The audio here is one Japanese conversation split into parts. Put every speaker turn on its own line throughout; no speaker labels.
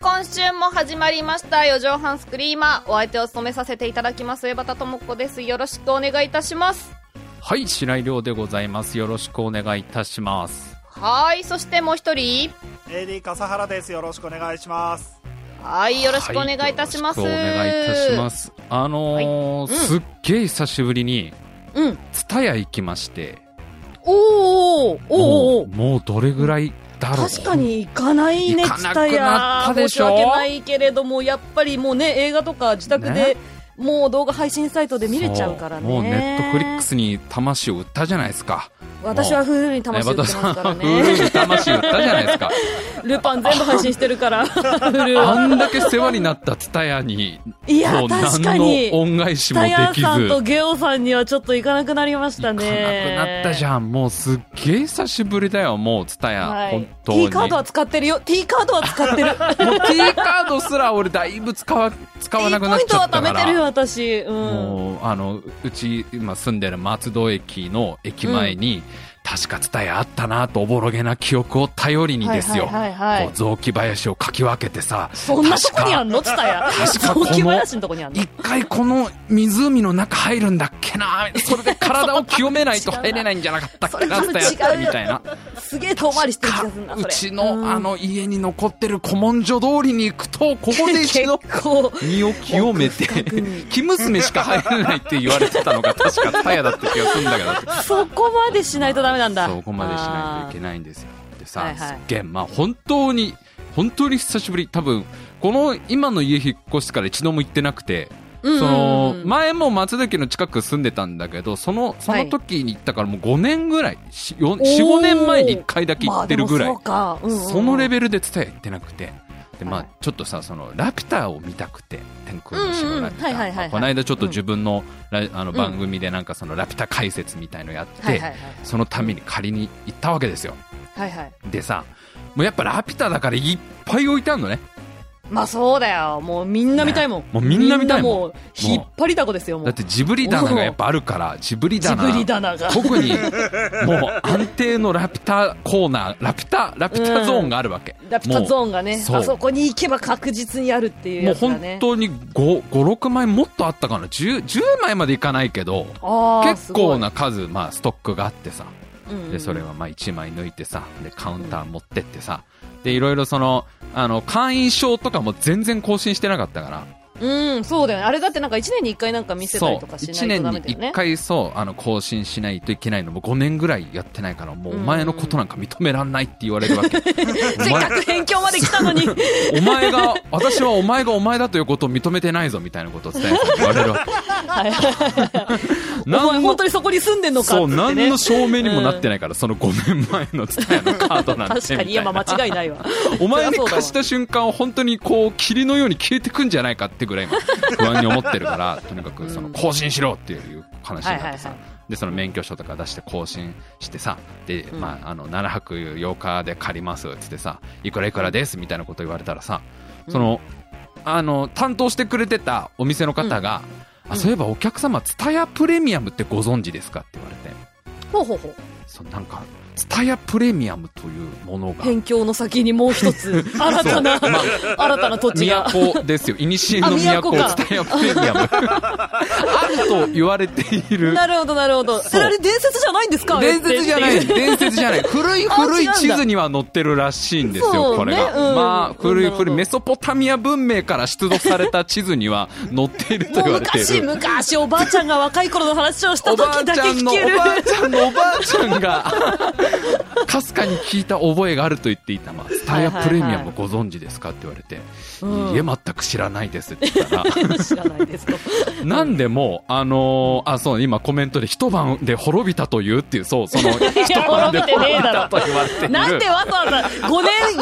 半も始まりました四畳半スクリーマーお相手を務めさせていただきます江端智子ですよろしくお願いいたします
はい、白井亮でございます。よろしくお願いいたします。
はいそしてもう一人
AD 笠原ですよろしくお願いします
はいよろしくお願いいたします、
はよろしくお願いいたします。あのー
はいうん
すっげえ久しぶりに、
うん
ツタヤ行きまして、
おーおーおー
もう
おー
もうどれぐらいだろう。
確か。に行かないね
行かなくなった
蔦屋
でしょ
申し訳ないけれどもやっぱりもうね映画とか自宅
ね
でもう動画配信サイトで見れちゃうからね
もうネットフリックスに魂を売ったじゃないですか。
私
も
は
う
フールに魂売ってますから
江端さんは Hulu
ね
に魂売ったじゃないです か。
ルパン全部配信してる からフル
あんだけ世話になったツタヤに、
いや
もう
確か
何の
に
恩返しも
タ
で
ヤ
きず。
さんとゲオさんにはちょっと行かなくなりま
行
し
か
た
なく
ね
なったじゃん。もうすっげえ久しぶりだよ、もう、ツタヤ。
はい
本、当に。
T カードは使ってるよ T カードは使 ってる
もう T カードすら俺だいぶ使わ、使わ
T
なくな
ポ
っ
イン
ち
ト
ゃ
は
った
貯
か
めてるよ
ら。
私うん
もう、あの、うち、今住んでる松戸駅の駅前に、確かツタヤあったなとおぼろげな記憶を頼りにですよ。
はいはいはいはい
こう雑木林をかき分けてさ、
そんなとこにあんのつたや。
確かこの
雑木林のとこにあんの
一回この湖の中入るんだっけなそれで体を清めないと入れないんじゃなかったっけな
それ多分違う
ツタヤってみたいな。
すげえ遠回りしてる気がするな、
う
それ。
ち
う
の
ん
あ、の家に残ってる古文書通りに行くと、ここで一度
結構、
身を清めて
奥深くに、
生娘しか入らないって言われてたのが確かタヤだった気がするんだけど、
そこまでしないとダメなんだ。
そこまでしないといけないんですよ。でさ、
はいはい
すっげえ、まあ本当に、本当に久しぶり、多分、この今の家引っ越してから一度も行ってなくて、
うんうん
その
うん
前も松崎の近く住んでたんだけどそのそ
は
の
い
時に行ったからもう5年ぐらい
おー
45年前に1回だけ行ってるぐらい、
まあでもそうか。うんうんうん
そのレベルで伝え行ってなくて。でま
は
あ
い、
ちょっとさそのラピュタを見たくて「天空の
うんう
城
ん
ラピュ
はいはいはい
タ
は
ま
い
あ」この間ちょっと自分の,、ラあの番組でなんかそのラピュタ解説みたいのやって、
はいはいはい。
そのために借りに行ったわけですよ
はいはい。
でさもうやっぱラピュタだからいっぱい置いてあるのね
まあそうだよ。もうみんな見たいもん。
もうみんな見たいもん
みう引っ張りだこですよ、もう。
だってジブリ棚がやっぱあるからジブリ
ジ
棚
ブリ棚が。
特にもう安定のラピュタコーナーラピュタラピュタゾーンがあるわけ、
ラピュタゾーンが
も
ね
う、そう
あそこに行けば確実にあるってい
も
う
う
やつだ
本
ね。
当に5、5 6枚もっとあったかな。10、10枚までいかないけど、
あー
結構、な数、まあ、ストックがあってさ。
すごいうんうん
で、それはまあ、1枚抜いてさ、で、カウンター持ってってさ。で、いろいろその、あの、会員証とかも全然更新してなかったから。
うん、そうだよね。あれだってなんか1年に1回なんか見せたりとかし
1
な
年
いとダ
に
メだ
1
よね。
回そう、あの、更新しないといけないのも5年ぐらいやってないから、もうお前のことなんか認めらんないって言われるわ け。
せっかく辺境まで来た のに。
お前が、私はお前がお前だということを認めてないぞみたいなことを伝えて言われるわけ。
お前
何の
本当にそこに住んでんのかっ
そ
て、
う、
ね。
何の証明にもなってないから、その5年前のツタヤのカードなんてみ
確
たいな。
かに、いや、まあ間違いな いわ。
お前に
そりゃそうだわ
貸した瞬間、本当にこう、霧のように消えてくんじゃないかってぐらい 今不安に思ってるから、とにかくその更新しろっていう話になってさ
はいはいは。
で、その免許証とか出して更新してさ、で、
ん
まあ、あの、7泊8日で借りますっつってさ、いくらいくらですみたいなこと言われたらさ、その、あの、担当してくれてたお店の方が、あそういえばお客様、ツタヤプレミアムってご存知ですかって言われて、
ほうほうほう。
そうなんか、ツタヤプレミアムというものが、
辺境の先にもう 一つ、新たな、新たな土地が。
都ですよ。古の都を
あ
伝えよプレミア ム。あると言われている。
なるほど、なるほど。
そう
えあれ伝説じゃないんですか
伝説じゃな。
あれっ
い、
て
伝説じゃない。古い
あ
古い
違うんだ
地図には載ってるらしいんです
そう
よ、
ね
これが。
うん
まあ、古い
なるほ
古い
ど
メソポタミア文明から出土された地図には載っていると
も
言
う
われてい
昔、
る。
昔、おばあちゃんが若い頃の話をした
おばあ
時だ
ち
け
ゃん
聞
の、お
ける。
ばあちゃんのおばあちゃんが、かすかに聞いた覚えがあると言っていた、まあ、スタイアプレミアムご存知ですかって言われて、い
うん
いえ、全く知らないですって言ったら、
知らないですと。
なんでも、あのーあ、そう、今コメントで一晩で滅びたというっていう、そう、その、一晩で滅びたと言われている。
なんでわざわざ5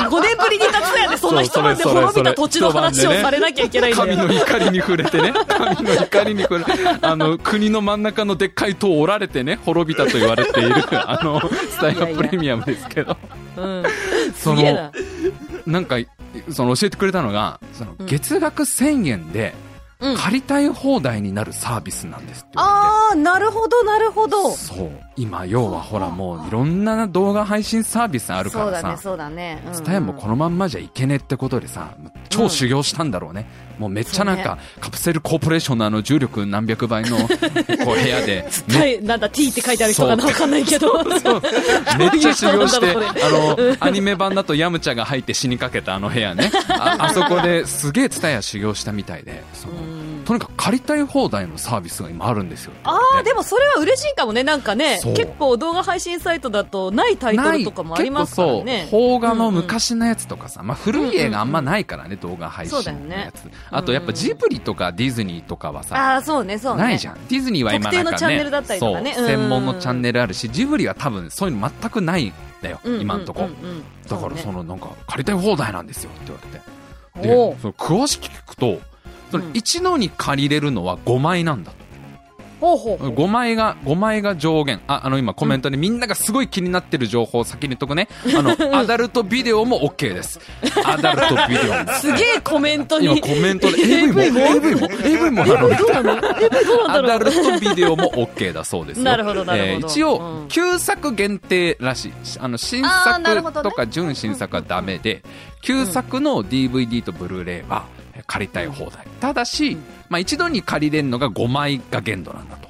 年、五年ぶりに立つやで、そんな一晩で
そうそれ
滅びた土地の話
そ
を
れそれ
されなきゃいけないんだ
神
よ。
の怒りに触れてね、神の怒りに触れあの、国の真ん中のでっかい塔を折られてね、滅びたと言われている、あの、スタイルプレミアムですけど、
うん。
そ
すげえな
の、。なんか、その教えてくれたのが、その、
うん
月額1000円で
うん
借りたい放題になるサービスなんですって言われて。
ああー、なるほど、なるほど。
そう今要はほらもういろんな動画配信サービスあるか
そう
ら
だね
さ
そうだねうん
スタヤもこのまんまじゃいけねえってことでさ超修行したんだろうね、もうめっちゃなんか、カプセルコーポレーションのあの重力何百倍のこう部屋で
はい、なんだ、T って書いてある人かなわかんないけど。
めっちゃ修行して、
そうなんだ
あの、アニメ版だとヤムチャが入って死にかけたあの部屋ね。ああそこですげえツタヤ修行したみたいで、その
うん
とにかく借りたい放題のサービスが今あるんですよ。
ああ、でもそれは嬉しいかもね。なんかね、
そう
結構動画配信サイトだとないタイトルとかもありますからね
結。構そう邦画の昔のやつとかさ、まあ、古い映画あんまないからね、動画配信のやつ、
そう
あとやっぱジブリとかディズニーとかはさ、
ああそうねそうね
ないじゃんディズニーは今なんかね
特定のチャンネルだったりとかね
そう
うん
専門のチャンネルあるしジブリは多分そういうの全くないんだよ、
うんうん
今んとこ、
うんうん
だから
そ
そう
ね
のなんか借りたい放題なんですよって言われてで
おう
その詳しく聞くとその
うん
一度に借りれるのは5枚なんだと
ほうほうほう
5枚が5枚が上限ああの今コメントでみんながすごい気になってる情報を先に言っとくねあ のアダルトビデオも OK ですアダルトビデオも
すげえコメント
今
に。
コメン トで AV も AV も AV もなのみたいなアダルトビデオも OK だそうですよ
なるほどなるほど
えー一
う
応
ん
旧作限定らしいあの新
あーなるほ
作
ど
と
ね
か純新作はダメで旧作の DVD とブルーレイはえー借りたい放題ただし、まあ、一度に借りれるのが5枚が限度なんだと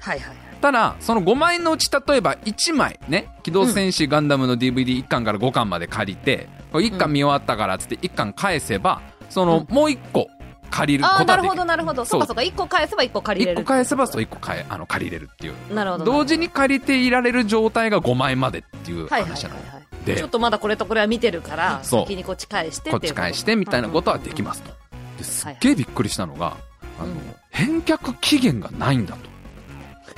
はいはい
ただその5枚のうち例えば1枚ね「機動戦士ガンダム」の DVD1 巻から5巻まで借りて1巻見終わったからっつって1巻返せばそのもう1個借りる
あ
こ
あ
と
な
が
る
でき
ほどなるほどそうかそうか一個返せば一個借りれ
1
る
個返せばそう1個買えあの借りれるっていう
なるほど
同時に借りていられる状態が5枚までっていう
はいはい
話
は
ないの、
はい
で
ちょっとまだこれとこれは見てるから、
そう
先にこっち返して
こ
っ
って
い
ち
うと
返してみたいなことはできますとですっげえびっくりしたのがあの返却期限がないんだと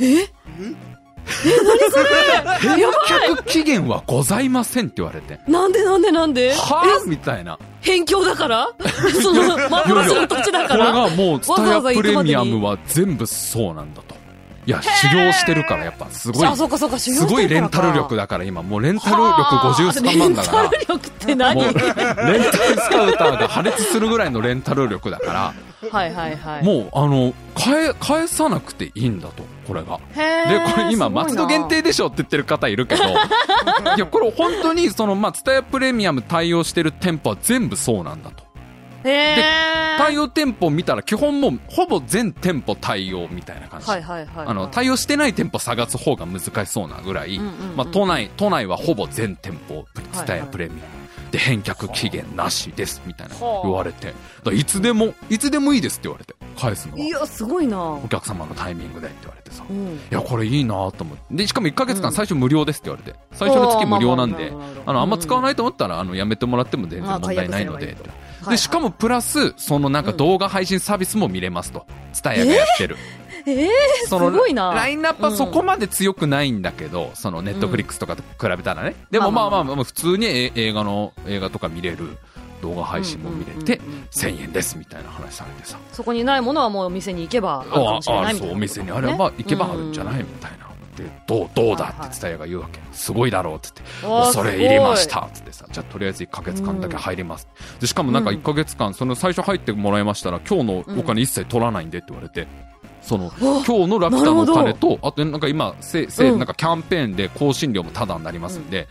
ええ何それ返却期限はございませんって言われて
なんでなんでなんで
はあみたいな
え返境だから その、幻の土地だ
こ
か
れ
ら
がもうツタヤ
わざわざ
プ
行く
レ
までに
ミアムは全部そうなんだといや修行してるからやっぱすごい
あ、そうかそうか、修行
す
してる
ごいレン
から
タ
か
ル力だから今もうレンタル力53万だから
レンタル力って何
もう
は
レン
い
タルスカウターが破裂するぐらいのレンタル力だか
はいは
ら、
い。
もうあの返返さなくていいんだと、これが。で、これ今、松戸限定でしょって言ってる方いるけ ど、いや、これ本当に、その、まあ、ツタヤプレミアム対応してる店舗は全部そうなんだと。
へえ。
対応店舗見たら基本もう、ほぼ全店舗対応みたいな感じ。
はいはいはい。
あの、対応してない店舗探す方が難しそうなぐらい、
うんうんうん
まあ、都内、都内はほぼ全店舗、ツタ
はいは
ヤ
い
プレミアム。で、返却期限なしです、みたいな
はあ
言われて。だからいつでも、いつでもいいですって言われて、返すの
い
は。
や、すごいな
お客様のタイミングでって言われてさ。
う
い
ん。
や、これいいなと思って。で、しかも1ヶ月間最初無料ですって言われて。最初
おー
の月無料なんで
まあまあまあま、あ
あの、あんま使わないと思ったら、あの、やめてもらっても全
まあ
然問題ないの
解
で
約すればいいと。はいは
で、
い
しかもプラス、そのなんか動画配信サービスも見れますと。ツタヤがやってる。
ええ、す
その
ごいな
ラインナップはそこまで強くないんだけど、そのネットフリックスとかと比べたらね、でもま
ま
あま
あま
あ
あ
まあ普通にえ映画の映画とか見れる動画配信も見れて、
うんうんうんうん
1000円ですみたいな話されてさ、
そこにないものはもうお店に行けばあるか
あ
もしれ
あ
な
あ
いみたい
そう
な
お
こと
店
だ
に
も
あ
んね。
れば行けばあるんじゃないみたいな。でどうどうだ
はいは
っ
い
て伝えが言うわけすごいだろうって言って
わあ
恐れ入りましたっつってさじゃあとりあえず1ヶ月間だけ入ります、でしかもなんか
うん
1ヶ月間その最初入ってもらいましたら今日のお金一切取らないんでって言われて、その今日のラピュタのお金とあとなんか今せせ
うん
なんかキャンペーンで更新料もタダになりますんで、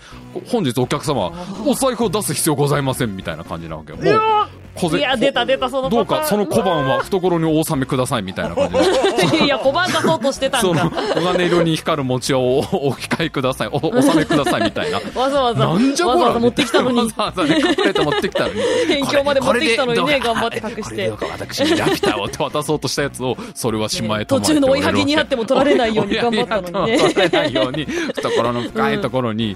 本日お客様お財布を出す必要ございませんみたいな感じなわけよもう小銭
いや、出た出た、その
どう
パターン
かその小判は懐にお納めくださいみたいな感じで
いや、小判出そうとしてた
そ
ん
の
だ。
黄金色に光る餅をおお控えくださいおお納めくださいみたいな
わざわざ、
なんじゃこ
わ
ら
ざわざ持ってきたの
わ
に。
ざわざね隠れて持ってきたのに
勉強まで持ってきたのにね
これこれでどうか
頑張って隠して
これでどうか私にラピュタをって渡そうとしたやつをそれはしまえとま
途
えって
中の追いはぎにあっても取られないように
追
頑
い
張
上
っ
げ
た
に取られな
のにね。
いように、懐の深いところに、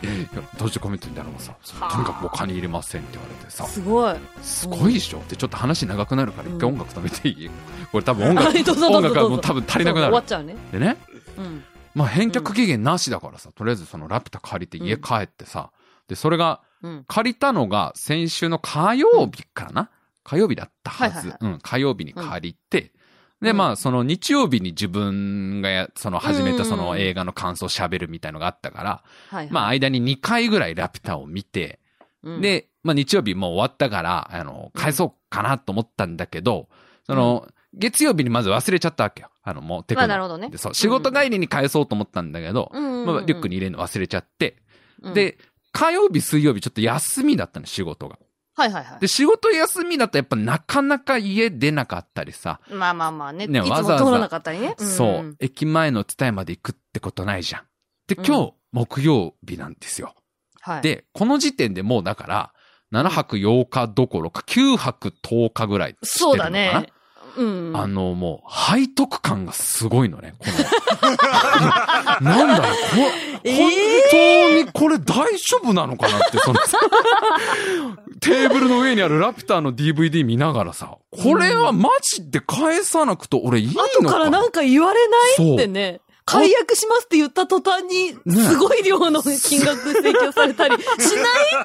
閉じ込めてみたらもうさ、とにかくもう金入れませんって言われてさ、
すごい。
すごいでしょってちょっと話長くなるから一回音楽止めていいこれ多分音
は
楽
いどう、ぞど
音
うぞ
楽がもう多分足りなくな
そう終わ
る
っ。ちゃうね。
でね、
うん。
まあ返却期限なしだからさ、とりあえずそのラピュタ借りて家帰ってさ、で、それが、
うん。
借りたのが先週の火曜日かな、火曜日だったはず、
はいは
うん、火曜日に借りて、
うん
で、
うん
まあ、その日曜日に自分がや、その始めた
うん
その映画の感想を喋るみたいのがあったから、
はい。
まあ、間に2回ぐらいラピュタを見て、
うん、
で、まあ、日曜日もう終わったから、あの、返そうかなと思ったんだけど、その、月曜日にまず忘れちゃったわけよ。あの、もう、て
まあなるほどね
でそう、仕事帰りに返そうと思ったんだけど、
うんうんうん
まあ、リュックに入れるの忘れちゃって、
うん、
で、火曜日、水曜日、ちょっと休みだったの、仕事が。
はいはいは
で、仕事休みだとやっぱなかなか家出なかったりさ、
い。まあまあまあね、
ね
いつも
わざわざ
通らなかったりね。ん
そう、駅前の伝えまで行くってことないじゃん。で、今日、
う
木曜日なんですよ。
はい。
で、この時点でもうだから、7泊8日どころか、9泊10日ぐらいしてる
そ
の
う
かな。
だね。うん。
あの、もう、背徳感がすごいのね、この。なんだろう、こ
えー
本当にこれ大丈夫なのかなって、その、テーブルの上にあるラピュタの DVD 見ながらさ、これはマジで返さなくと俺いい
後
の
か
からな
なんか言われない
そう
ってね。解約しますって言った途端に、すごい量の金額請求されたりしない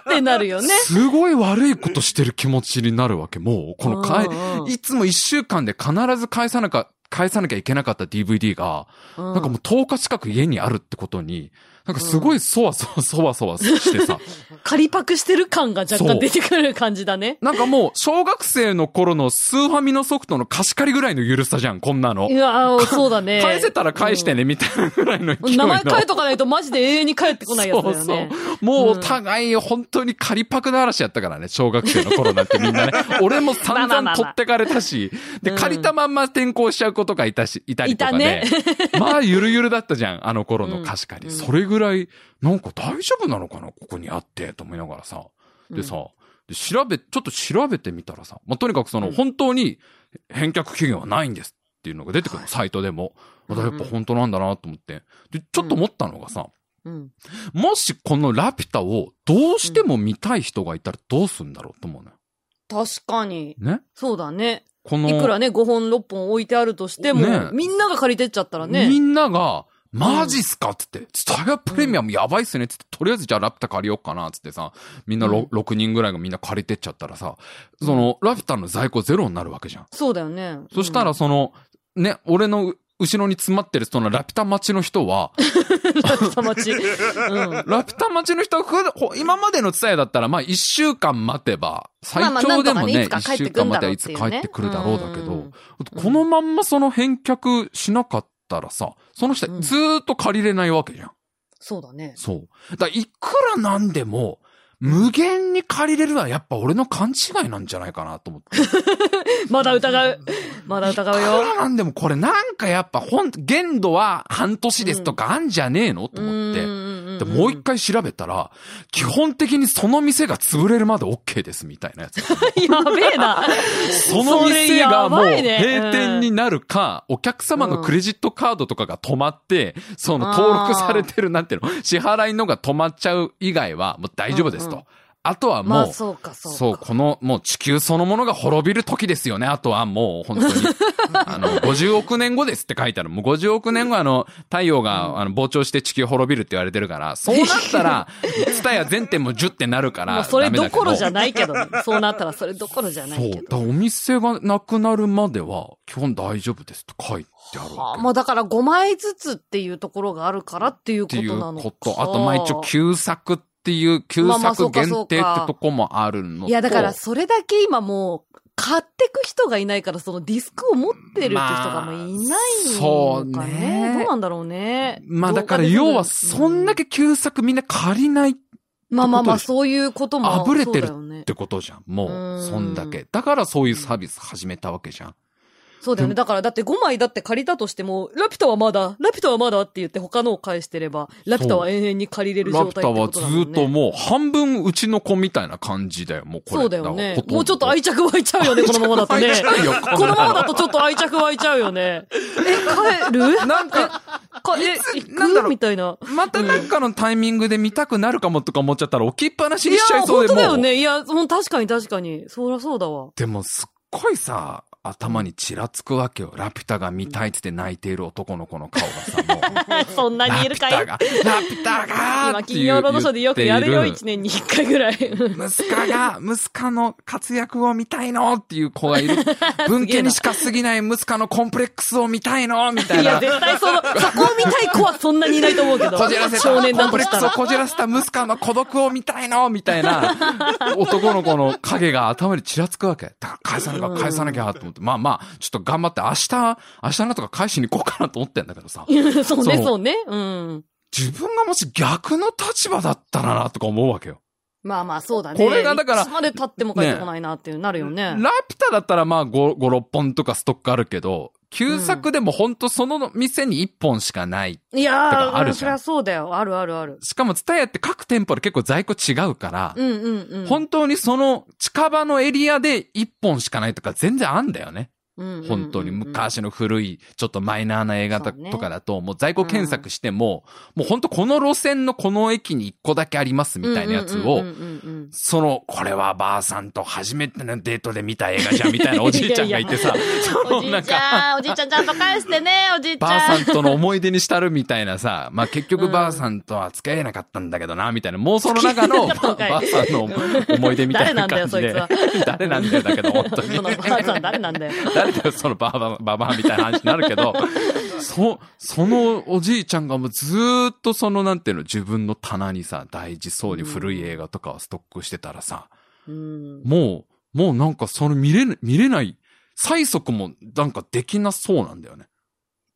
ってなるよ ね。
すごい悪いことしてる気持ちになるわけ。もう、この返
うんうん
いつも一週間で必ず返さなか、返さなきゃいけなかった DVD が、
うん
なんかもう10日近く家にあるってことに、なんかすごいそわそわそわそわしてさ、
仮パクしてる感が若干出てくる感じだね。
なんかもう小学生の頃のスーファミのソフトの貸し借りぐらいの緩さじゃん、こんなの
い。やー、そうだ ね。
返せたら返してね、みたいなぐらいの勢いの。
名前変えとかないとマジで永遠に帰ってこないやつだよね。
そうそう。もうお互い本当に仮パクの嵐やったからね、小学生の頃なんてみんな ね。俺も散
まあまあま
々
あ
取ってかれたし、で、
うん
借りたまんま転校しちゃう子とかいたし、いたりとかね。 まあ、ゆるゆるだったじゃん、あの頃の貸し借り。
うん
それぐらい、なんか大丈夫なのかな、ここにあって、と思いながらさ。でさ、で調べ、ちょっと調べてみたらさ、まあ、とにかくその、
うん
本当に返却期限はないんですっていうのが出てくるの、サイトでも。またやっぱ本当なんだなと思って。で、ちょっと思ったのがさ、
うん。
もしこのラピュタをどうしても見たい人がいたらどうすんだろうと思うのよ。
確かに。
ね
そうだね。
この、
いくらね、5本6本置いてあるとしても、
ね
みんなが借りてっちゃったら
み
ね。
んなが、マジっすかっつって、スタヤプレミアムやばいっすねっつって、とりあえずじゃあラピュタ借りようかなっつってさ、みんな
うん
6, 6人ぐらいがみんな借りてっちゃったらさ、その、ラピュタの在庫ゼロになるわけじゃん。
そうだよね。
そした ら、その、ね、俺のう後ろに詰まってるそのラピュタ待ちの人は、
下町。うん。
ラピュタ待ちの人はふだ、ほ今までの伝えだったら、まあ一週間待てば、最
まあまあ
長でも
なん
ね、
とかねいつか
一
帰っ
週
てく
間
んだろ
待てば
うっ
い
て
つ
いうね
帰ってくるだろうだけど、
うん
このまんまその返却しなかったらさ、その人
うん
ずーっと借りれないわけじゃん。
そうだね。
そう。だからいくらなんでも、無限に借りれるのはやっぱ俺の勘違いなんじゃないかなと思って。
まだ疑う。まだ疑う
いく
よ。
らなんでもこれなんかやっぱほん、限度は半年ですとかあんじゃねえの、と思って。で、もう一回調べたら、基本的にその店が潰れるまで OK ですみたいな やつ。
回。やべえな。
その店がもう
それやばいね
閉店になるか、お客様のクレジットカードとかが止まって、その登録されてるなんていうの、支払いのが止まっちゃう以外はもう大丈夫です
うんう
と。あとは
ま
も
あ、
う、
そうか、そうか。
そう、この、もう地球そのものが滅びる時ですよね。あとはもう、本当 に。あの、50億年後ですって書いてある。もう50億年後、あの、太陽が、あの、膨張して地球滅びるって言われてるから、そうなったら、 ツタヤ全店も10ってなるか
ま
ら、
あ、それ
ダメだ
ど
け
ころじゃないけどね。そうなったらそれどころじゃな
そう。
い
だ
け
から
ど。
お店がなくなるまでは、基本大丈夫ですって書いてあるわ
あ
け。
まあだから5枚ずつっていうところがあるからってい
っ
うこ
て
と
いう
なのか。
こと。あと、まあ一応、旧作っていう、旧
まあまあそ
作
うか
限
そうか
定ってとこもあるのと。
いや、だからそれだけ今もう、買ってく人がいないから、そのディスクを持ってるって人がもういないのか
まあそう
ね。
ね
どうなんだろうね。
まあだから
動画で撮る
要はそんだ、け旧作みんな借りないっ
うんまあまあまあ、
ってこ
そういうことも
あぶれてる
そうだよね。
てことじゃん。
う
も
ん
う、そんだけ。だからそういうサービス始めたわけじゃん。
そうだよね。だから、だって5枚だって借りたとしても、ラピュタはまだ、ラピュタはまだって言って他のを返してれば、ラピュタは永遠に借りれる
ラ
状
ピュ
態
タ
って
は
こと
ず
だもんね。
ーっともう半分うちの子みたいな感じだよ、もうこれ。
そうだよ
から
ね
ほとん。ど
もうちょっと愛着湧いちゃうよね、このままだとね。
愛着湧いちゃうよ
このままだとちょっと愛着湧いちゃうよね。え、帰る
なんか、
か、え、
いつなんだ
行く
ろう
みたいな。
またなんかのタイミングで見たくなるかもとか思っちゃったら置きっぱなし
い
にしちゃ
や、
いそうで
本当だ
もう。
よね。いや、もう確かに確かに。そりゃそうだわ。
でもすっごいさ、頭にちらつくわけよ。ラピュタが見たいっつって泣いている男の子の顔がさ、 もう。
そんなにいるか
ラ
い
ピュタが、ラピュタが
今、金曜ロードショーでよくやるよ、一年に一回ぐらい。
息子 が、息子の活躍を見たいのっていう子がいる。文家にしか過ぎない息子のコンプレックスを見たいのみたい
いや、
な。
絶 対その、そこを見たい子はそんなにいないと思うけど。
こじらせた、
少年
コ
だ
ンプ
と
レッ
し
ク
た
スを
ら。
こじらせた息子の孤独を見た いのみたいな、男の子の影が頭にちらつくわけ。だから返さなきゃ、返さなきゃと思っって、まあまあ、ちょっと頑張って明日、明日なんとか返しに行こうかなと思ってんだけどさ、
うん。そうね、
そう
そうね。うん。
自分がもし逆の立場だったらなとか思うわけよ。
まあまあ、そうだね。
これがだから
いつまで経っても帰ってこないなっていうなるよね。
ラピュタだったらまあ5、5、6本とかストックあるけど、旧作でもほんとその店に1本しかない。
いや
て
ー、
かあるじゃん
うんそりゃそうだよ。あるあるある。
しかもツタヤって各店舗で結構在庫違うから、
うんうんうん。
本当にその近場のエリアで1本しかないとか全然あんだよね。
うんうんうんうん
本当に。昔の古い、ちょっとマイナーな映画だ
そうね
とかだと、もう在庫検索しても、もう本当この路線のこの駅に1個だけありますみたいなやつを
うんうん、うんうん
その、これはばあさんと初めてのデートで見た映画じゃんみたいなおじいちゃんがいて さ、
お
そ
じ
の
いちゃん、おじいちゃんちゃんと返してね、おじいち
ばあ
ゃ
さ
ん。
んとの思い出にしたるみたいなさ、まあ結
う
局
ん
ばあさんとは付き合えなかったんだけどな、みたいな、妄想の中のば
付き合えな
ば
か
あ
っ
さんの思い出みたいな感じで。
誰な
誰なん
んだよそ
だよ、だけど、本当
うん。 その
に。
ばあさん誰なんだよ。
誰だよ、そのばあば、ばばあみたいな話になるけ ど、そ、そのおじいちゃんがもうずーっとその、なんていうの、自分の棚にさ、大事そうに古い映画とかをストックしてたらさ、
うん。
もう、もうなんかその見れない、見れない、催促もなんかできなそうなんだよね。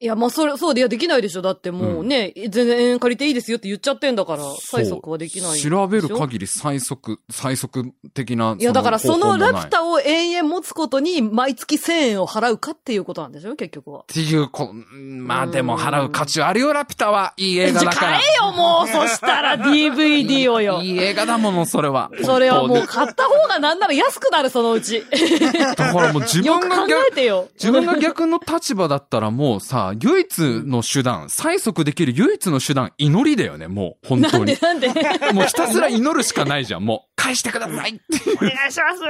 いや、まあ、それ、そうで、いや、できないでしょ。だってもうね、全然借りていいですよって言っちゃってんだから、
そう
催促はできないでしょ。
調べる限り最速、最速的な。
いや、だからそのラピュ
っ
タを延々持つことに毎月1000円を払うかっていうことなんでしょ結局は。
ていうこ、まあでも払う価値はあるよ、ラピュタは。いい映画だから。
買えよ、もうそした ら DVD をよ
いい映画だもの、それは。
それはもう
本
買った方がなんなら安くなる、そのうち。 よ
当にだからもう自分
く
が
考
逆、
えてよ。
自分が逆の立場だったらもうさ、唯一の手段、催促できる唯一の手段、祈りだよね、もう、本
な
当
んで
に。
なんで
もうひたすら祈るしかないじゃん、もう。返してくださいっていう。
お願いします。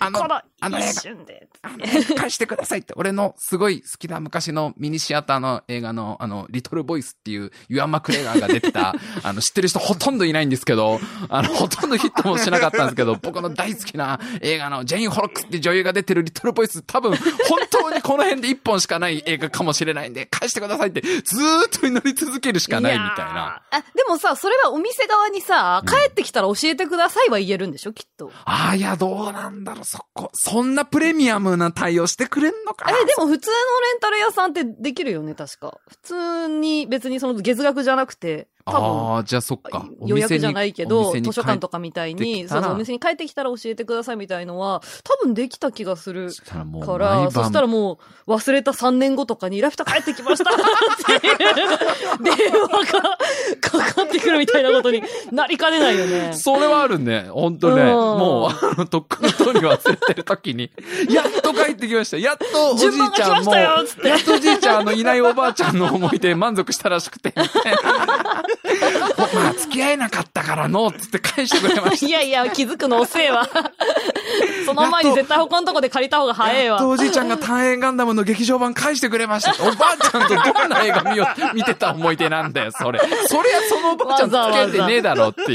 あの、あの映画
瞬で。
あの 返してくださいって、俺のすごい好きな昔のミニシアターの映画の、あの、リトルボイスっていうユアン・マクレガーが出てた、あの、知ってる人ほとんどいないんですけど、あの、ほとんどヒットもしなかったんですけど、僕の大好きな映画のジェイン・ホロックスっていう女優が出てるリトルボイス、多分、本当にこの辺で一本しかない映画かもしれないんで、返してくださいって、ずーっと祈り続けるしかないみたいな。
あでもさ、それはお店側にさ、帰ってきたら教えてくださいは言えるんでしょきっと。
ああ、いや、どうなんだろう、そこ、そんなプレミアムな対応してくれんのかな
え、でも普通のレンタル屋さんってできるよね、確か。普通に別にその月額じゃなくて、多分
ああー、じゃあそっか。
予約じゃないけ
お
ど、
店に
図書館とかみたい
帰って
に、
き
そ
た
う
ら
そう、お店に帰ってきたら教えてくださいみたいのは、多分できた気がする
そしたらもう
か
毎
ら、
晩
そしたらもう、忘れた3年後とかに、ラピュタ帰ってきましたっていう、電話がかかってくるみたいなことになりかねないよね。
それはあるね。ほんとね。
うん
もう、あの、とっくのとに忘れてる時 に、やっと帰ってきました。やっとおじいちゃん
順番が来まし
も、
た
や
よ
っ
つっ
とおじいちゃん、あの、いないおばあちゃんの思い出満足したらしくて、みたいな まあ、付き合えなかったからの、つって返してくれまし
いやいや、気づくの遅えわ。その前に絶対他のとこで借りた方が
た。
早え
やっ
わ
と。おじいちゃんが単円ガンダムの劇場版返してくれました。おばあちゃんとどんな映画見よ見てた思い出なんだよ、それ。それはそのおばあちゃん付き合ってねえだろっていう。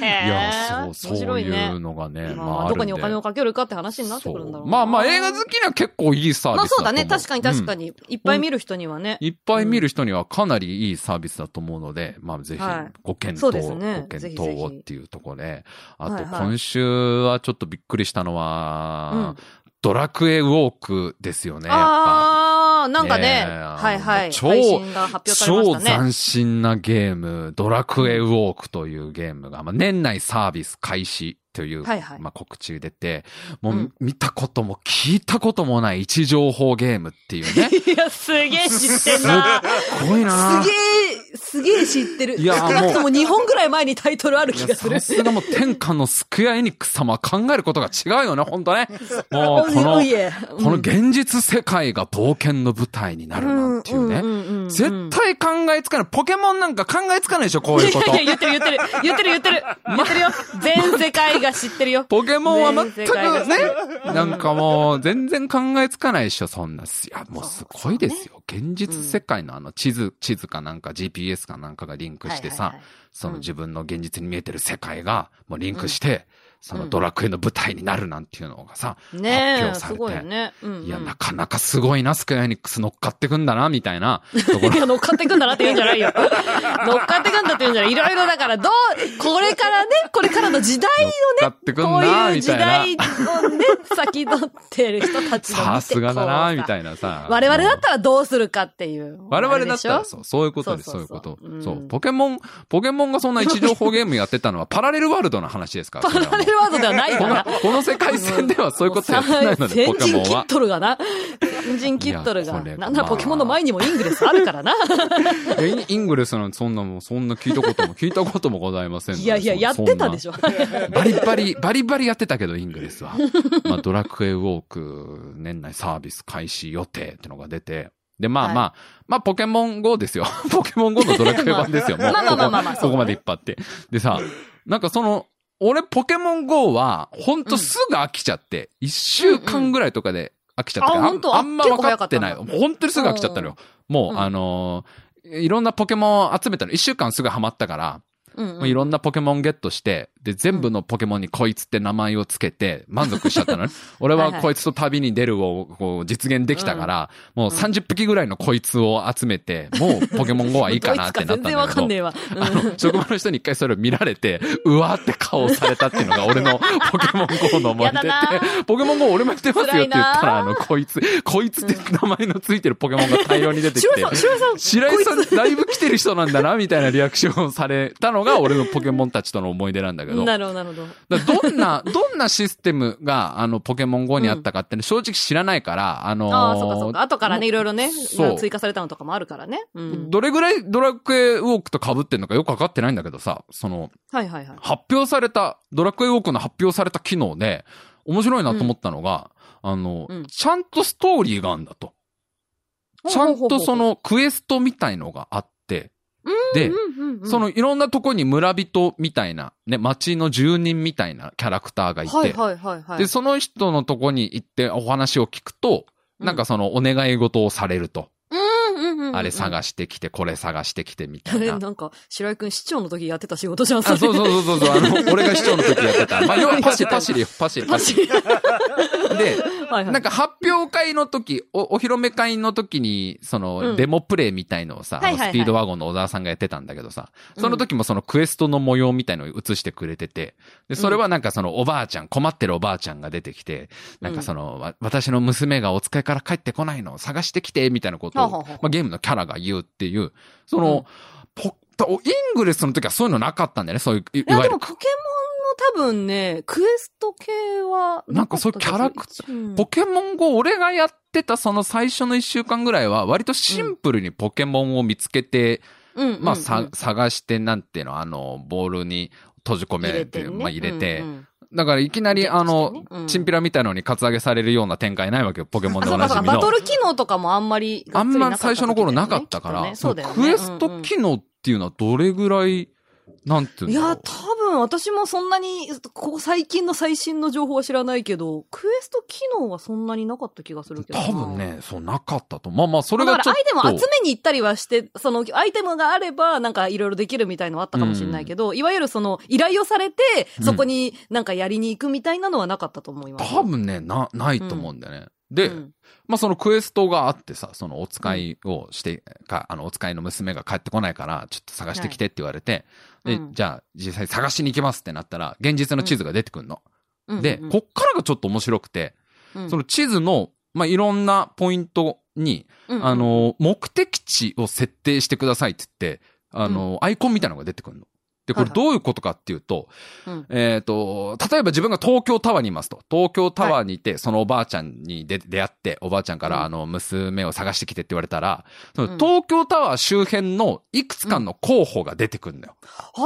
いや、そう、
面
そ
白
う
い
いう
ね。
のがね、ま
まあま
あ、あ
あ、ど
る
こ
ん
に
で
お金をかけるかって話になってくるんだろ
そ
う
う
な
まあまあ、映画好きには結構いいサービスだと思う。
まあそうだね。確かに確かに。いっぱい見る人にはね
うん。。いっぱい見る人にはかなりいいサービスだと思うので、まあぜひ
はい
ご検
そう
討、
ですね
ご検
ぜひ
討
ぜひ
をっていうところで、あ
は
と
いはい
今週はちょっとびっくりしたのは、ドラクエウォークですよね、やっぱ。
あー、なんかね、
ねえ
はいはい。
超
配信が発表されま
超
したね。
斬新なゲーム、ドラクエウォークというゲームが、まあ、年内サービス開始という、
はいはい
まあ、告知出て、もう、
うん
見たことも聞いたこともない位置情報ゲームっていうね。
いや、すげえ知ってんな。
すごいな
すげえ、すげえ知ってる。
いやもう
少なくとも2本ぐらい前にタイトルある気
い
が
や
す
さ
る。
すがもう天下のスクエアエニックス様は考えることが違うよね、ほん とね。もう、この
お、いえ
この現実世界が冒険の舞台になるなんていうね。
ね
絶対考えつかない。ポケモンなんか考えつかないでしょ、こういうこと。
いやいや、言ってる言ってる。言ってる言ってる。言ってるよ。全世界が知ってるよ。
ポケモンは全く
全世界が
ね、なんかもう全然考えつかないでしょ、そんな。いや、もうすごいですよ。現実世界のあの地図、地図かなんか GPS かなんかがリンクして
はい
さ
はいはい、
その自分の現実に見えてる世界がもうリンクして、そのドラクエの舞台になるなんていうのがさ、
ねえ、
発表されて
すごいよね。うん、うん。
いや、なかなかすごいな、スクエアエニックス乗っかってくんだな、みたいな ところ
いや、乗っかってくんだなって言うんじゃな いよ。乗っかってくんだって言うんじゃない。いろいろだから、どう、これからね、これからの時代
乗っかってくん
こう
な、
いう
み
時
た
代
い
を
な。
ね、先取ってる人たちの見て
さすがだな、みた
い
いなさ。
我々だったらどうするかっていう。
我々だった
あれ
ら
でしょ
そう、そういうことです、
そ
そうう
そ
いうう
そう
こと
う。ん
そう、ポケモン、ポケモンがそんな位置情報ゲームやってたのはパラレルワールドの話ですから。
パラレルワールドではない
こ
か
の
ら。
この世界 線ではそういうことやってないので、
先
ポケモ
陣
ン
切っ
は。
とるがな。先陣切っとる
いや
が。
これ
なんなら
まあ
ポケモンの前にもイングレスあるから な。
いやインイングレスなんてそんなもん、そんな聞いたことも聞いたこともございませんので
いやいや、
そん
やってたで
ょ
しょ。
バリバリ、バリバリやってたけど、イングレス は。まあ、ドラクエウォーク、年内サービス開始予定ってのが出て。で、ま
は
あ
い
まあ、まあ、ポケモン GO ですよ。 ポケモン GO のドラクエ版ですよ。もう、
まあまあまあまあまあ
ここ
そ
こ
うだね
こまで引っ張って。でさ、なんかその、俺、ポケモン GO は、ほんとすぐ飽きちゃって、一、週間ぐらいとかで飽きちゃって、
うんうんあほんと
あんま分かってない。
結構早かったん
ほんとにすぐ飽きちゃったのよ。もう、
うん
あのーいろんなポケモンを集めたの。一週間すぐハマったから、
うん
もういろんなポケモンゲットして、で、全部のポケモンにこいつって名前をつけて、満足しちゃっ たのね。俺
はいは
はいこいつと旅に出るをこう実現できたから、もう30匹ぐらいのこいつを集めて、もうポケモン GO はいいかなってなったん
どいつか全然
だ
わ
け
かんね
ど。
えわ。うん
あの、職場の人に一回それを見られて、うわーって顔をされたっていうのが俺のポケモン GO の思い出
やだ
で、ポケモン GO 俺もやってますよって言ったら、あの、こいつ、こいつって名前のついてるポケモンが大量に出てきて、
白井さん、
白井さ
こ
ん、だいぶ来てる人なんだな、みたいなリアクションをされたのが、俺のポケモンたちとの思い出なんだけど。
なるほど、なるほど。
だからどんな、 どんなシステムが、あの、ポケモン GO にあったかってね、正直知らないから、あのー
ああ、そうかそうか。後からね、いろいろね、
そう
追加されたのとかもあるからね。うん。
どれぐらいドラクエウォークと被ってんのかよくわかってないんだけどさ、その、
はいはいはい。
発表された、ドラクエウォークの発表された機能で、面白いなと思ったのが、あの、
うん
ちゃんとストーリーがあるんだと。ちゃんとそのクエストみたいのがあって、で、そのいろんなとこに村人みたいな、ね、町の住人みたいなキャラクターがいて、
はいはいはいはい。
で、その人のとこに行ってお話を聞くと、なんかそのお願い事をされると、
うんうんうんうん、
あれ
し
探してきて、これ探してきてみた
あ
い
れ、
な。
なんか、白井くん市長の時やってた仕事じゃん、
あ、そう
う。
そうそうそうそう、あの、俺が市長の時やってた。まあ、要はパシリ、パシリよ、パシリ、パ
マ
シ
ジ
リ。で、
はいはい。
なんか発表会の時、お、お披露目会の時に、その、
うん
デモプレイみたいのをさ、
はいはいはい
あのスピードワゴンの小沢さんがやってたんだけどさ、その時もそのクエストの模様みたいのを映してくれてて、で、それはなんかそのおばあちゃん、困ってるおばあちゃんが出てきて、なんかその、わ私の娘がお使いから帰ってこないのを探してきて、みたいなことを、
ほうほうほう
まあ、ゲームのキャラが言うっていう、その、ポイングレスの時はそういうのなかったんだよね、そういう、いい
いや、
わ
で
ゆる
も、ポケモンの多分ね、クエスト系は
なんか
かった
そ
です、
ういうキャラク
ター
ポケモン GO 俺がやってたその最初の一週間ぐらいは割とシンプルにポケモンを見つけて、
うん、
まあ
うんうん
さ、探してなんていうの、あの、ボールに閉じ込めて、
ね
まあ入れて、
うんうん
だからいきなりあ
ゲット
の
してねうん、
チンピラみたいのにカツアゲされるような展開ないわけよ、ポケモン
あ、
で
そ
お
うか
な
そう
じ
か、
み
バト
の。
ル機能とかもあんまり、
あんま最初の頃なかったから、
そうんきとねそう
ク
だよね
エスト機能っていうのはどれぐらい、なんていうの
いや、多分私もそんなに、ここ最近の最新の情報は知らないけど、クエスト機能はそんなになかった気がするけどな。
多分ね、そうなかったと。まあまあ、そ
ま
れが
あ。だか
ちょっ
らアイテム
と。
を集めに行ったりはして、そのアイテムがあれば、なんかいろいろできるみたいのはあったかもしれないけど、いわゆるその依頼をされて、
うん
そこになんかやりに行くみたいなのはなかったと思います。
多分ね、な、ないと思うんだよね。で、
うん
まあ、そのクエストがあってさ、そのお使いをして、か、あの、お使いの娘が帰ってこないから、ちょっと探してきてって言われて、
は
で、
いうん
じゃあ、実際探しに行きますってなったら、現実の地図が出てくるの。
うん
で、こっからがちょっと面白くて、
うん
その地図の、まあ、いろんなポイントに、あ、の、目的地を設定してくださいって言って、あの、アイコンみたいなのが出てくるの。で、こ
はい
れ
はい
どういうことかっていうと、
うん
えっ、と、例えば自分が東京タワーにいますと。東京タワーにいて、そのおばあちゃんに出出会って、おばあちゃんか
う
ら、
ん
あの、娘を探してきてって言われたら、そ
うん
の東京タワー周辺のいくつかの候補が出てくるんだよ。
あ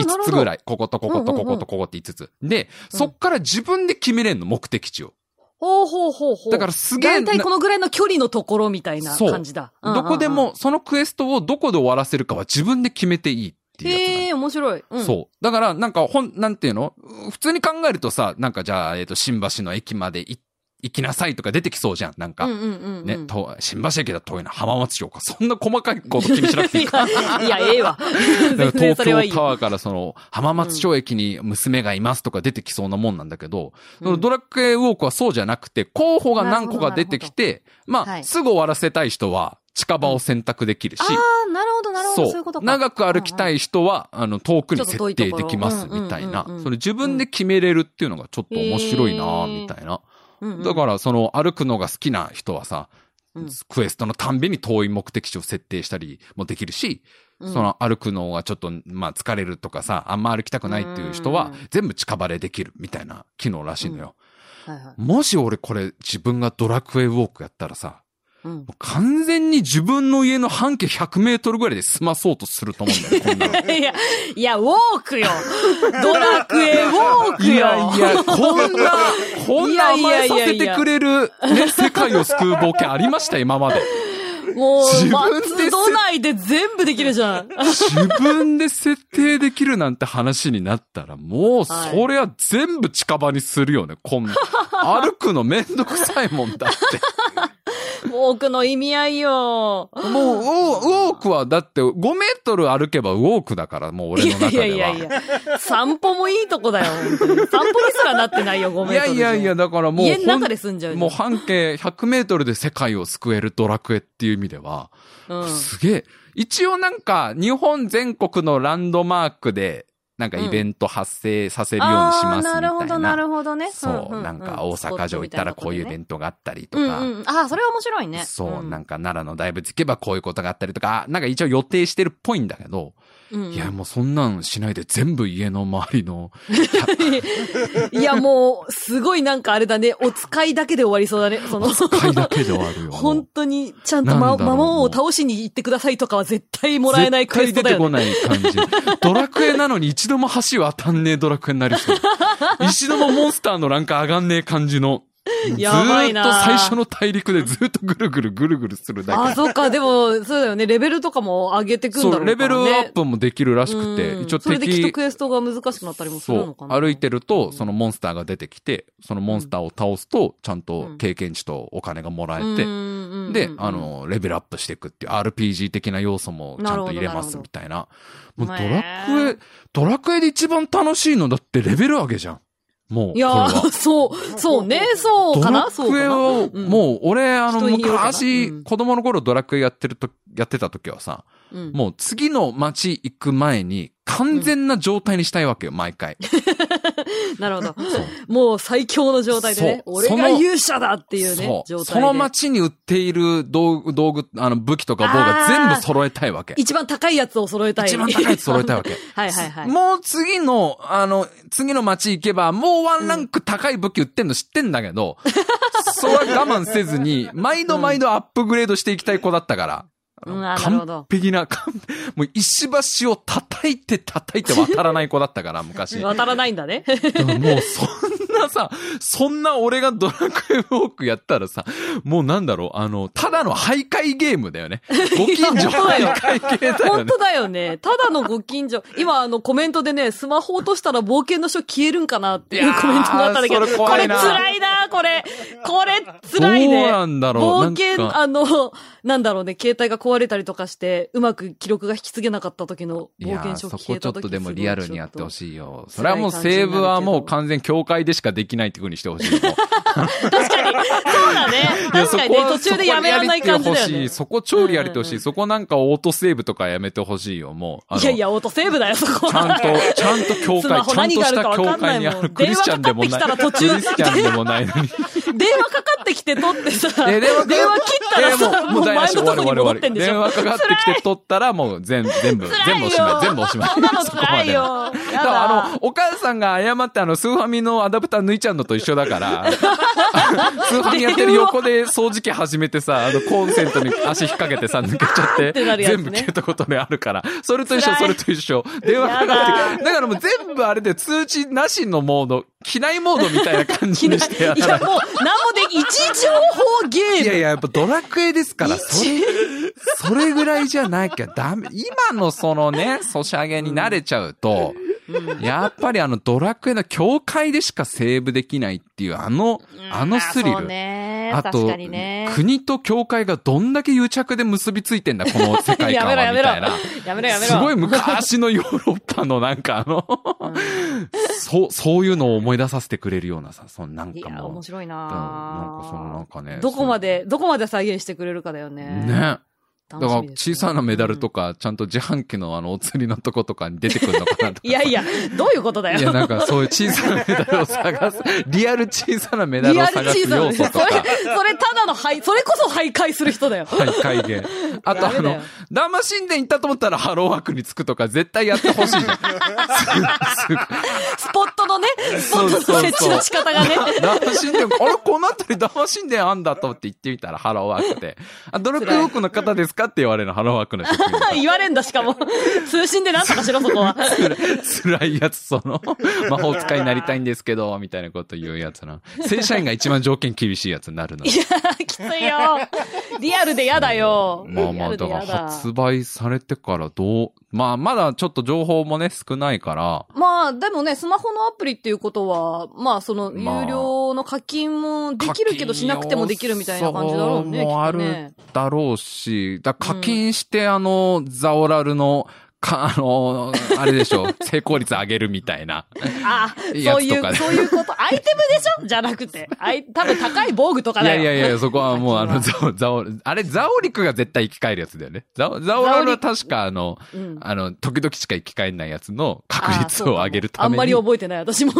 ー
5
なるほ
つ
ど
ぐらい。こことこことこ
うんうんう
こ
ん
とここって5つ。で、そっから自分で決めれんの、目的地を。
ほうほうほうほう。
だからすげえ
大体このぐらいの距離のところみたいな感じだ。うんうんう
ど
ん
こで。も、そのクエストをどこで終わらせるかは自分で決めていいっていうやつなんだよ
へえ、面白い。うん
そう。だから、なんか、ほん、なんていうのう普通に考えるとさ、なんかじゃあ、えっ、と、新橋の駅までい行行きなさいとか出てきそうじゃん。なんか、
うんうんうんうん。
ね、と新橋駅だと遠いな、浜松町か。そんな細かいこと気にしなくていい から。
いや、いやええわ。
だから
全然そ
東
れはいい
京タ
よ。
ワーからその、浜松町駅に娘がいますとか出てきそうなもんなんだけど、
うん
そのドラクエウォークはそうじゃなくて、候補が何個か出てきて、まあ、
はい
すぐ終わらせたい人は近場を選択できるし、
あ、なるほど、なるほど、そういうことか。
長く歩きた
い。
い人は、あの、遠くに
ちょ
設
っと遠いと
定
こ
で
ろ
きます、みたいな
うんうんうんう。ん
それ自分で決めれるっていうのがちょっと面白いな
うんへー
みたいな。
うんうん
だから、その、歩くのが好きな人はさ
うん、
クエストのたんびに遠い目的地を設定したりもできるし、
うん
その歩くのがちょっと、まあ疲れるとかさ、あんま歩きたくないっていう人は
うん、
全部近場でできるみたいな機能らしいのよ。
はいはい
もし俺これ自分がドラクエウォークやったらさ、
うん
もう完全に自分の家の半径100メートルぐらいで済まそうとすると思うんだよ、こんなの。
いや、いや、ウォークよドラクエウォークよ
いやいや、こんな、こんな甘えさせてくれる、ね、世界を救う冒険ありました、今まで。
も
自
う、
分で
松戸内で全部できるじゃん。
自分で設定できるなんて話になったら、もう、それは全部近場にするよね、こんな。歩くのめんどくさいもんだって。
ウォークの意味合いよ。
もう、ウォーウォークは、だって、5メートル歩けばウォークだから、もう俺
い
の中
やい
では。
やいやいや。散歩もいいとこだよ、本当に散歩にすらなってないよ、ごめん。
いやいやいや、だからもう、
家の中で住んじゃうじゃん
もう半径100メートルで世界を救えるドラクエっていう意味では、
うん。
すげえ。一応なんか、日本全国のランドマークで、なんかイベント発生させるようにしますみたいな。
あーなるほど、なるほどね。
そう、なんか大阪城行ったらこういうイベ
ン
ントがあったりと
うん
か。
うん。ああ、それは面白いね。
そう、なん
か、
か奈良の大仏行けばこういうことがあったりとか、なんか一応予定してるっぽいんだけど、
うん
いやもうそんなんしないで全部家の周り の、
いや、もう、すごいなんかあれだね。お使いだけで終わりそうだね。その、
買いだけで終わ るよ。
本当に、ちゃんと
な
魔
んだろう
魔王を倒しに行ってくださいとかは絶対もらえないクエストだよね。
絶対出てこない感じ。ドラクエなのに一度も橋渡んねえドラクエになり そう。一度もモンスターのランク上がんねえ感じの。
やばいな
ずーっと最初の大陸でずーっとぐるぐるぐるぐるするだけ。
あ、そっか。でも、そうだよね。レベルとかも上げてくんだろう
そう、
からね。
レベルアップもできるらしく
う
て、
ん
一応
それできっと
敵、
クエストが難しくなったりもするの
そ
か
う、
な。
歩いてる
う
と、
ん
そのモンスターが出てきて、そのモンスターを倒すと、ちゃんと経験値とお金がもらえて、
え
で、あ、の、レベルアップしていくっていう RPG 的な要素もちゃんと入れますみたいな。もう
な
ド
るほど
ラクエ、ドラクエで一番楽しいのだってレベル上げじゃん。もう、
いや
これは
ー、そう、そうね、そう
ド
か
ラ
な、そう
クエ
かな。
を、
うん
もう俺、あの、
人によるかな
昔、
うん
子供の頃ドラクエやってると、やってた時はさ、
うん
もう次の街行く前に完全な状態にしたいわけよ、毎回。
なるほど。
そう
もう最強の状態でね。
そう
俺
そ
が
の
勇者だっていうね
そ、
状態
う。
で。
その街に売っている道具、道具、あの、武器とか棒が全部揃えたいわけ。
一番高いやつを揃えたい。
一番高いやつ揃えたいわけ。
はいはいはい。
もう次の、あの、次の街行けば、もうワンランク高い武器売ってんの知ってんだけ ど、それは我慢せずに、毎度毎度アップグレードしていきたい子だったから、
うんあなるほど
完璧な、完璧もう石橋を叩いて叩いて渡らない子だったから、 昔。
渡らないんだね。
でももうそんなさ、そんな俺がドラクエウォークやったらさ、もうなんだろう、あの、ただの徘徊ゲームだよね。ご近 所徘徊ゲーだよ
本
ね
当。だよね。ただのご近所。今、あの、コメントでね、スマホ落としたら冒険の書消えるんかなっていうコメントがあったんだけど、
いやーそれ
こ
怖
れ
いな
辛いな、これ。これ辛いね。
どうなんだろう
冒
なん
険、
か
あの、なんだろうね、携帯が壊れたりとかして、うまく記録が引き継げなかった時の
い
冒
やー
険書
そ
消
こ
え
ちょ
た
っ
時
とでもリアルにやってほ
い。
しいよ。それはもうセーブはもう完全境界でしかできないっていう風にしてほしいよ。
確かに、そうだね。
いや
確かにね、
そこは
途中でやめられない感じだよね。
そこは超リアリティ欲しい。そこ超リアリティ欲し
うんうんう
い。
ん
そこなんかオートセーブとかやめてほしいよ、もう。あの
いやいや、オートセーブだよ、そこ
ちゃ
は。
んと、ちゃんと教会、
ス
ち
マ
ゃ
ホ
んとした教会にあ
何がある
る
か
クリスチャンでもない。
分かんないもん
クリスチャンでもないのに。
電話かかってきて取ってさ、
え
電話切ったら
え
さ、
もう、も
もう
う台無
前
し
の
終
と
わ
こ
る終わ
に
る
戻
終わ
って
る。
んでし
電
ょ
話かかってきて取ったらもう全部、全部、全部おしまい。全部おしまい。
そんなの辛 い
そこまで
よ。
だ
や
から
だ
あの、お母さんが謝って、あの、スーファミのアダプター抜いちゃうのと一緒だ から、スーファミやってる横で掃除機始めてさ、あの、コンセントに足引っ掛けてさ、抜けちゃって、
てなるやつね
全部消えたことであるから、それと一緒、
辛い
それと一緒。電話かかっ
や
て、だからもう全部あれで通知なしのモード、機内モードみたいな感じにしてや
い
らな
や、
い。
もう、なんもでき、位置情報ゲーム
いやいや、やっぱドラクエですから、それ、それぐらいじゃなきゃダメ。今のそのね、ソシャゲに慣れちゃうと、
うん
やっぱりあのドラクエの教会でしかセーブできないっていうあの、あのスリ
そう
ル。
ね。
あ
確
と
かにね。
国と教会がどんだけ癒着で結びついてんだ、この世界観は、
や
み
めろ
た
やめ
い
ろ
な。
やめろやめろ。
すごい昔のヨーロッパのなんかあの、 そう、そういうのを思い出させてくれるようなさ、そのなん
い
か
や、
もう。
面白い
うんなん
な
かそのなんかね。
どこま
で
で、どこまで再現してくれるかだよね。
ね。だから
楽しみですね
小さなメダルとか、ちゃんと自販機のあのお釣りのとことかに出てくるのかなとか。
いやいや、どういうことだよ。
いや、なんかそういう小さなメダルを探 す、リアル小さなメダル
リ
を
アル
探す
小さな、
要
そ
素
れ、
と
そ
か。
れただの廃、それこそ徘徊する人だよ。
はい、会議。あとあ
ダメだ
の
よ、
ダーマ神殿行ったと思ったらハローワークに着くとか絶対やってほし いじゃん。
スポットのね、スポットの設置の仕方がね。
ダーマ神殿、あれこの辺りダーマ神殿あんだと思って行ってみたらハローワークで。あ、ドラクエウォークの方ですかって言われるのハローワークの職員。
言われんだ、しかも。通信でなんとかしろ、そこは。
辛いやつ、そ の、魔法使いになりたいんですけど、みたいなこと言うやつな。正社員が一番条件厳しいやつになるの。
きついよ。リアルでやだよ。
まあまあ、
リアル
だ
で
から
やだ
発売されてからどう、まあまだちょっと情報もね、少ないから、
まあ、でもね、スマホのアプリっていうことは、まあ、その、
まあ
有料の課金もできるけど、しなくてもできるみたいな感じだろうね、き
そうもあ
っと
る
ね。
だろうし、だ課金して、あの、ザオラルの、か、あの、あれでし ょ、成功率上げるみたいな。
ああ、
や
そう
つ
い
とか
う、
ね
そういうこと。アイテムでしょじゃなくて。あい、多分高い防具とか
い
だ
や
よ。
いやいや、そこは もう、あの、
課
ザオ、ザオ、あれ、ザオリクが絶対生き返るやつだよね。ザオ、ザオラルは確かあの、
うん
あの、時々しか生き返んないやつの確率
あーそう
を
かも
上げるため
あ
に。
んまり覚えてない、私 も。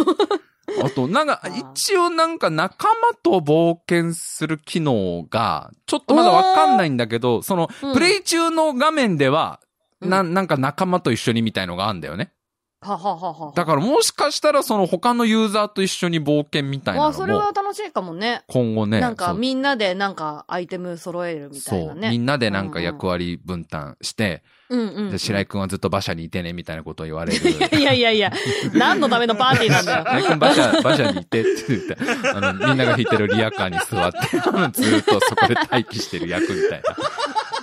あと、なんか
あ、ー
一応なんか仲間と冒険する機能が、ちょっとまだわかんないんだけど、その、
うん
プレイ中の画面では、
うん
な、なんか仲間と一緒にみたいのがあんだよね。
はははは
だからもしかしたらその他のユーザーと一緒に冒険みたい
ま
な
あ、そ
の
れは
も、
楽しいかもね。
今後ね、
なん
そ
か、
う
みんなで、なんか、アイテム揃えるみたい
そ
な
う、
ね。
みんなでなんか役割分担して、
うんうんうん。
で白井くんはずっと馬車にいてねみたいなことを言わ れる。
いやいやいや、何のためのパーティーなんだよ。
大君馬車、 馬車にいてって言って、あの、みんなが引いてるリアカーに座って、 あのずっとそこで待機してる役みたい な。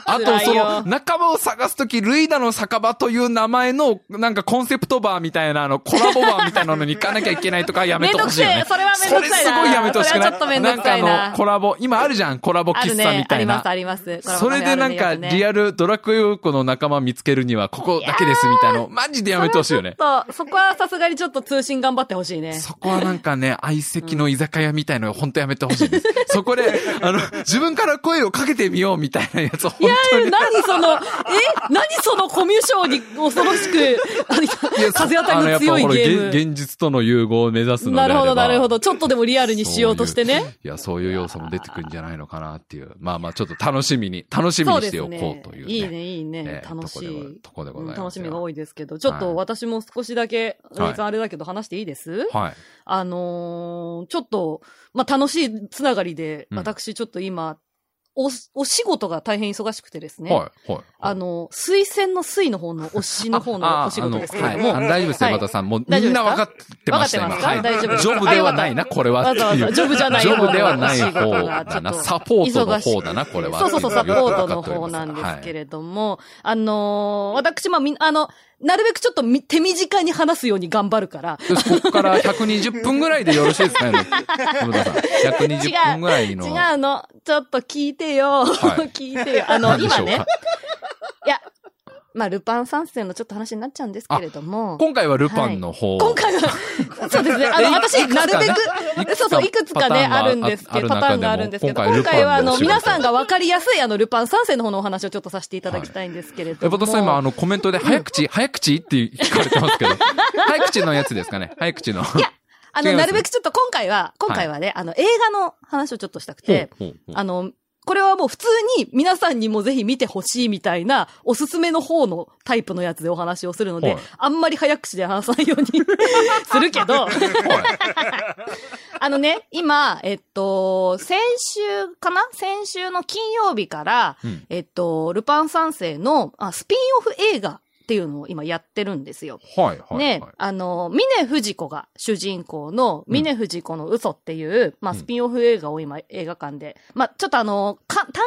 あと、
辛い
そ
よ
の、仲間を探すとき、ルイダの酒場という名前の、なんかコンセプトバーみたいな、あの、コラボバーみたいなのに行かなきゃいけないとかやめ
めん
て
ど
ほ
く
しい
せ
よね
え。。それはめんどくさい
それ
な。
すごいやめてほしく
それ
な
はちょっとめ
い
んど
なん
く
か
さい
あの、
な。
コラボ、今あるじゃん、コラボ
あ
喫
るね、
茶みた
あ
い
り
な。
ます、あります。
それでなんか、リ
ア
アルドラクエウォークの仲間見つけるには、ここだけですみたいなの、マジでやめてほしいよね。
と、そこはさすがにちょっと通信頑張ってほしいね。
そこはなんかね、相席の居酒屋みたいのほんとやめてほしい です。そこで、あの、自分から声をかけてみようみたいなやつ、
い
本
や
当に。
何その、え何そのコミュ障に恐ろしく、何か
いやそ
風当たりの強い
あの
ゲ
やっぱほら
ー
現現実との融合を目指す
ム。
のであれ
なる
ば
ほど、なるほど。ちょっとでもリアルにしようとして
そうい
ね。
ういや、そういう要素も出てくるんじゃないのかなっていう。まあまあ、ちょっと楽しみに、楽しみ
そう
に
で
して
す
おこ
ね
うという、ね。
いいね、いい
え
ね。
え
楽しい。
とこでご
う
とこでござ
ん
い
楽
ます
し
よ
みが多いですけど、ちょっ
はい
と私も少しだけ、
はい
おじさんあれだけど話していいです
はい。
あのーちょっと、まあ、楽しいつながりで、
うん
私ちょっと今、お、お仕事が大変忙しくてですね。
はい。はい。
あの、推薦の推の方の推しの 方
あ
のお仕事ですけれど
あ
も
あの、はいあ大丈夫ですよ、
はい
岩田さん。もうみ
大丈夫
ん
です
な
か
分かってました、
分
今。
かってますか
はい。
大丈夫です
ジョブではないな、これは
わ
って
ざわ
いう
ざ、。ジョブじゃない
ジ
方
ョブでは
お
ない
仕事
方
がちょ
だ
っ
な。
と
サポートの方だな、これは。
そうそうそう、サポートの方
よく
なんですけ
わかっており
れども、あのー私、まあ、みん、あの、なるべくちょっとみ手短に話すように頑張るから、
ますはい。よしここから120分ぐらいでよろしいですかね、小田さん。120分ぐらいの。
違うの、ちょっと聞いてよ、
い
聞いてよ。あの、
何でし
今
ょうか
ね、いや、まあ、ルパン三世のちょっと話になっちゃうんですけれども、
今回はルパンの方。
今回 は、そうですね。あの、
えい
私、
くつか
な
ね
るべく、そうそう、いくつかね、あるんですけど、パ
パタ
ター
ー
ン
ン
が
が
あ
あ
る
る
ん
んで
で
すすけ
けど、
ど
今
今
回
回
は、
は
あ
あ
の、
の
皆さんがわかりやすい、あの、ルパン三世の方のお話をちょっとさせていただきたいんですけれど
え、
も。
バトさん今あのコメントで早口、早口って聞かれてますけど。早口のやつですかね早口の。いや、
あ
違
の、
います
なるべくちょっと今回は、今回はね、あの、映画の話をちょっとしたくて、あの、これはもう普通に皆さんにもぜひ見てほしいみたいな、おすすめの方のタイプのやつでお話をするので、
はい
あんまり早口で話さないようにするけど、あのね、今、えっと、先週かな先週の金曜日から、
うん
えっと、ルパン三世のあスピンオフ映画っていうのを今やってるんですよ。
はい、はい。
ね、あの、峰不二子が主人公の、峰不二子の嘘っていう、まあ、
うん
スピンオフ映画を今映画館で、まあ、ちょっとあの、か、単館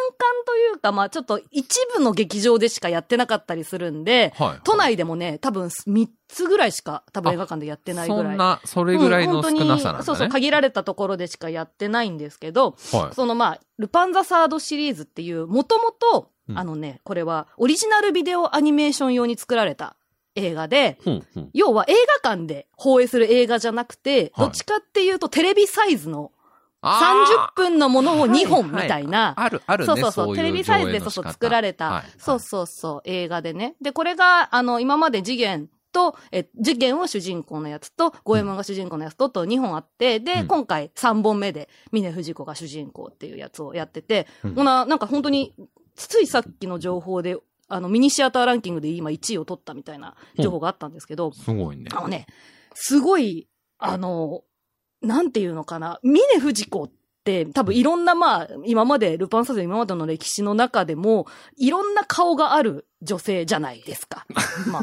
というか、まあ、ちょっと一部の劇場でしかやってなかったりするんで、
はい。
都内でもね、多分3つぐらいしか多分映画館でやってないぐ
そ
ら
ん
い。
な、それぐらい
うん
の
本
少
当に
なさなんだね。
そうそう、限られたところでしかやってないんですけど、
はい。
そのまあ、ルパンザサードシリーズっていう、もともと
う、ん
あのね、これはオリジナルビデオアニメーション用に作られた映画で、
ほうほう
要は映画館で放映する映画じゃなくて、
はい
どっちかっていうとテレビサイズの
あ
30分のものを2本み
は
たいな
ー、ある、あるね。
そうそうそう
い
テレビサイズで
上映の仕
そうそ
方
う作られた、
はい
そうそうそう、映画でね。で、これが、あの、今まで次元と、え、次元を主人公のやつと、五右衛門が主人公のやつと、と2本あって、で、
うん
今回3本目で、峰藤子が主人公っていうやつをやってて、
うん
ほな、なんか本当に、ついさっきの情報で、あの、ミニシアターランキングで今1位を取ったみたいな情報があったんですけど、
すごいね。
あのね、すごい、あの、なんていうのかな、峰不二子って、多分いろんなまあ、今まで、ルパン三世の今までの歴史の中でも、いろんな顔がある女性じゃないです か。ま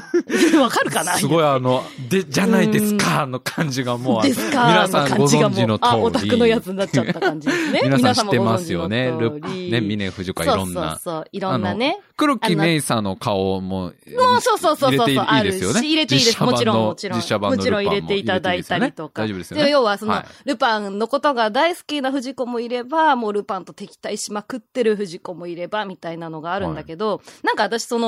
あ、わかるかな
すごいあの、で、じゃないですか、の感じがもうあの、
ですか
皆さん
の感じがも
ご
う
存知の通り。
あ、オタクのやつになっちゃった感じですね
皆さん知
様
って
ご存知の
ますよね。
通
ル
り
ね、峰藤子はい
そ
ろ
うんそう
な。
そう、いろんなね。
黒木メイさんの顔も、
そうそうそうそうそ
入れ
う
ていい
ある
で
し
すよね。
入れていいで
実
す。
写版
も
の
ちろん、もちろん。
実写版の
もちろん
ル
入
パン
れていただいたりとか。
入れていいですよね大丈夫ですよね。
要はその、
はい
ルパンのことが大好きな藤子もいれば、もうルパンと敵対しまくってる藤子もいれば、みたいなのがあるんだけど、なんか私その、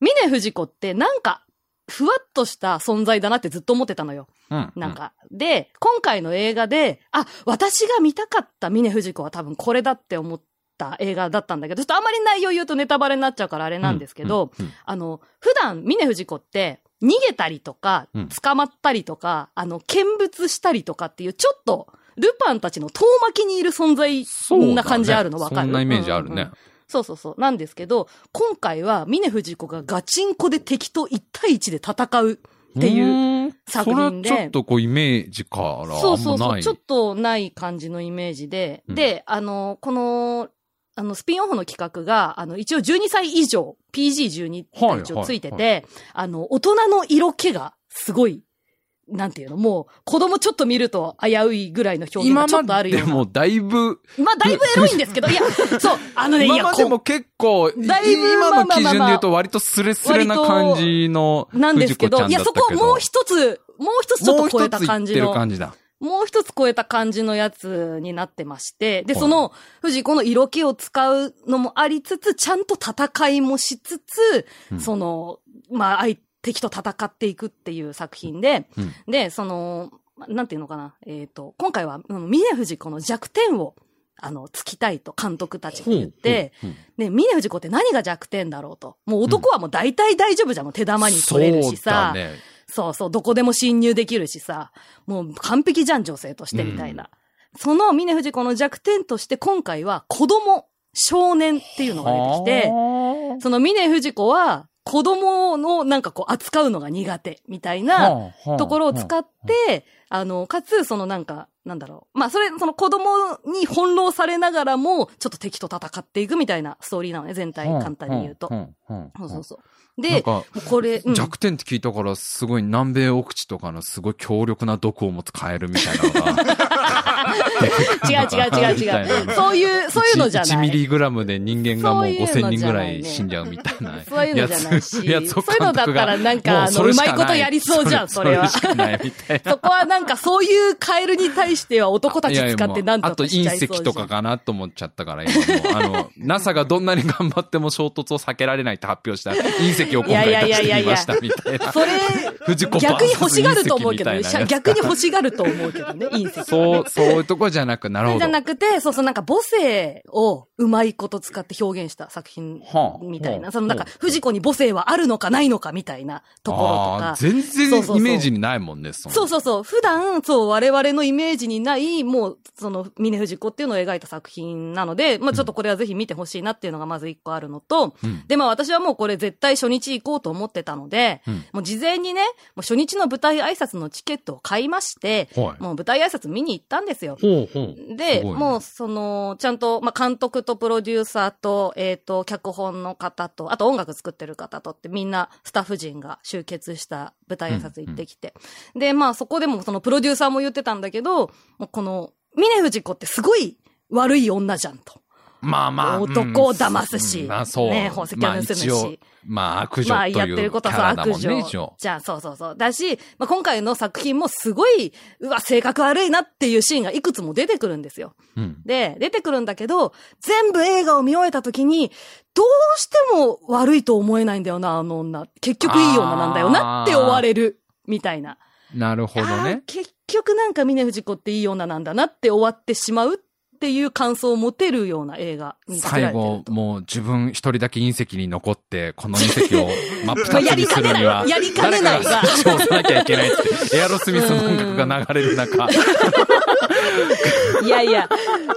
峰藤子ってなんか、ふわっとした存在だなってずっと思ってたのよ。
うん。
なんか。で、今回の映画で、あ、私が見たかった峰藤子は多分これだって思った映画だったんだけど、ちょっとあんまり内容言うとネタバレになっちゃうからあれ
う、
なんですけど、
うん、うん
あの、普段、峰藤子って、逃げたりとか
うん、
捕まったりとか、あの、見物したりとかっていう、ちょっと、ルパンたちの遠巻きにいる存在、
そうだね
な感じあるのわかる
そんなイメージある
うんうんう
ね
ん。そうそうそう、なんですけど、今回は、峰藤子がガチンコで敵と1対1で戦うっていう
うーん
作品で
それはちょっとこうイメージからあんまない。
そうそうそう、ちょっとない感じのイメージで、
うん
で、あの、この、あの、スピンオフの企画が、あの、一応12歳以上、PG12 って
はい
一応ついてて、
はい
あの、大人の色気がすごい、なんていうの、もう、子供ちょっと見ると危ういぐらいの表現が
今
ちょっと
ま
ある
で
ような。
もだいぶ、
まあ、だいぶエロいんですけど、い や、そう、あのね、い
今
や、
までも
こ
結構、
だいぶ
今の基準で言うと割とスレスレな感じの
う、なんですけど、いや、そこをもう
一
一つ、もう一つちょっと超えた感じ
もう一つ言ってる
の。
感じだ。
もう一つ超えた感じのやつになってまして、で、
はい
その、藤子の色気を使うのもありつつ、ちゃんと戦いもしつつ、
うん
その、まあ、相敵と戦っていくっていう作品で、
うん
で、その、まなんていうのかな、えっ、と、今回は、うん峰藤子の弱点を、あの、つきたいと監督たちが言って、
ほうほうほう
で、峰藤子って何が弱点だろうと。もう男はもう大体大丈夫じゃん、もう手玉に取れるしさ。
そうだね。
そうそう、どこでも侵入できるしさ、もう完璧じゃん、女性としてみたいな。その峰藤子の弱点として今回は子供、少年っていうのが出てきて、
は
その峰藤子は子供のなんかこう扱うのが苦手みたい
あ
な
はあはあ
ところを使って、あの、かつそのなんか、なんだろう。まあ、それ、その子供に翻弄されながらも、ちょっと敵と戦っていくみたいなストーリーなのね、全体簡単に言うと。。
んんん
そうそうそう。
なん
で、も
か
うこれ、うん
弱点って聞いたから、すごい南米奥地とかのすごい強力な毒を持つカエルみたいなのが。
違う違う違う
みた
違。
いうな
そういう、 そういうのじゃ
1
な
ミ
い。
リグラムで人間がもう
そういう
5000
の
人
じゃ
ぐ
な
ら
いね
い死んじゃうみたいな。
そういうのじゃないし。そう
や
いう
つ
のだったらなんか、あの、うまいことやりそうじゃん、それは。
し
そ
かないみたいな。
こはなんか、そういうカエルに対しては男たち
いやい
使
や
っ
もう
てなんと
あと
かしちゃい
隕
そう
石とかかなと思っちゃったから、今もう。あ の、NASA がどんなに頑張っても衝突を避けられないって発表した隕石を今回出してみましたみたいな。
それ、
藤子
逆に欲しがると思うけどね。
バーサス隕石みたいなやつ
逆に欲しがると思うけ どね、隕石。
そう、そういうとこじゃなく、なるほ
じ ゃ
ど。
なくて、そうそう、なんか母性をうまいこと使って表現した作品
はあ
みたい
はあ
な。そのなんか、藤子に母性はあるのかないのかみたいなところと
あ
か
ー。全
そうそうそ
然
う
イメージにないもんね、その
そうそうそう。普段、そう、我々のイメージにない、もう、その、峰藤子っていうのを描いた作品なので、まあちょっとこれはぜひ見てほしいなっていうのがまず一個あるのと、
うん
で、まあ私はもうこれ絶対初日行こうと思ってたので、
うん
もう事前にね、もう初日の舞台挨拶のチケットを買いまして、
はい
もう舞台挨拶見に行ったんですよ。
ほうほう。
で、
すごいね
もうその、ちゃんと、まあ、監督とプロデューサーと、えっ、と、脚本の方と、あと音楽作ってる方とって、みんなスタッフ陣が集結した舞台挨拶行ってきて。で、まあ、そこでもそのプロデューサーも言ってたんだけど、もうこの、峰藤子ってすごい悪い女じゃんと。
まあまあ。
男を騙すし
うんまあそう。
ね宝石を
まあ
盗むし
一応まあ悪女
まあ、
と
やっ
い
て
う
る
キ
ことは
ャ
さ、
ラだ
悪
もんね、
女
一応。。
じゃあ、そうそうそう。だし、まあ、今回の作品もすごい、うわ、性格悪いなっていうシーンがいくつも出てくるんですよ。
うん。
で、出てくるんだけど、全部映画を見終えた時に、どうしても悪いと思えないんだよな、あの女。結局いい女なんだよなって終われる。みたいな。
なるほど
あー
ね。
結局なんか峰藤子っていい女なんだなって終わってしまうっていう感想を持てるような映画に作ら
最
れてる
後、
と。
もう自分一人だけ隕石に残って、この隕 石を真っ二つ
まあやり
にす
かね
る
な
に
い
は、
やりかねない
誰か
が
が。スピーチをさなきゃいけないって、エアロスミスの音楽が流れる中、
いやいや、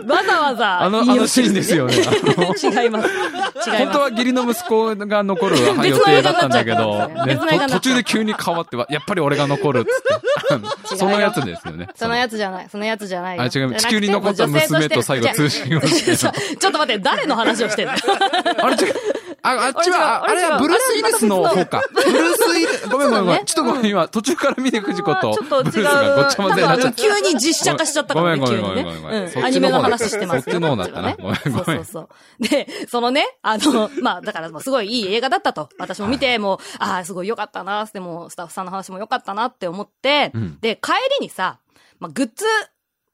わざわざ。
あの、あのシーンですよね。あの
違います。違い
本当
ま
は義理の息子が残る予
の映
定だ
画
った
にな
ん
っちゃ
だ
った
けど、ね
別の映画になっちゃ
と途
った
中で急に変わっては、やっぱり俺が残るっつってあの
う。
そのやつですよね。
そのやつじゃない。そのやつじゃないよ。
あ、違う、地球に残った娘と最後
じゃなくてもう女性
通
して
信をして。
す。ちょっと待って、誰の話をしてんの
あれ違う。あ、あっちは、あ
あれ
れ
違う
はブルース・ウィリスの方か。ブルース・ウィリス、ごめんごめんごめん。ちょっとごめん、今、途中から峰藤子と
ちょっと違う
ブルースがごっちゃ混ぜになっちゃった。
急に実写化しちゃったからね、
ご
急
めん
に
ごめんごめんごめん
ね。
そっちの方
うん。
だ
アニメの話してます
そっちの方だったなごめんごめん
そうそうそう。で、そのね、あの、 まあ、だから、まあすごいいい映画だったと。私も見て、もう、ああ、すごい良かったな、でも、スタッフさんの話も良かったなって思って
うん、
で、帰りにさ、まあ、グッズ、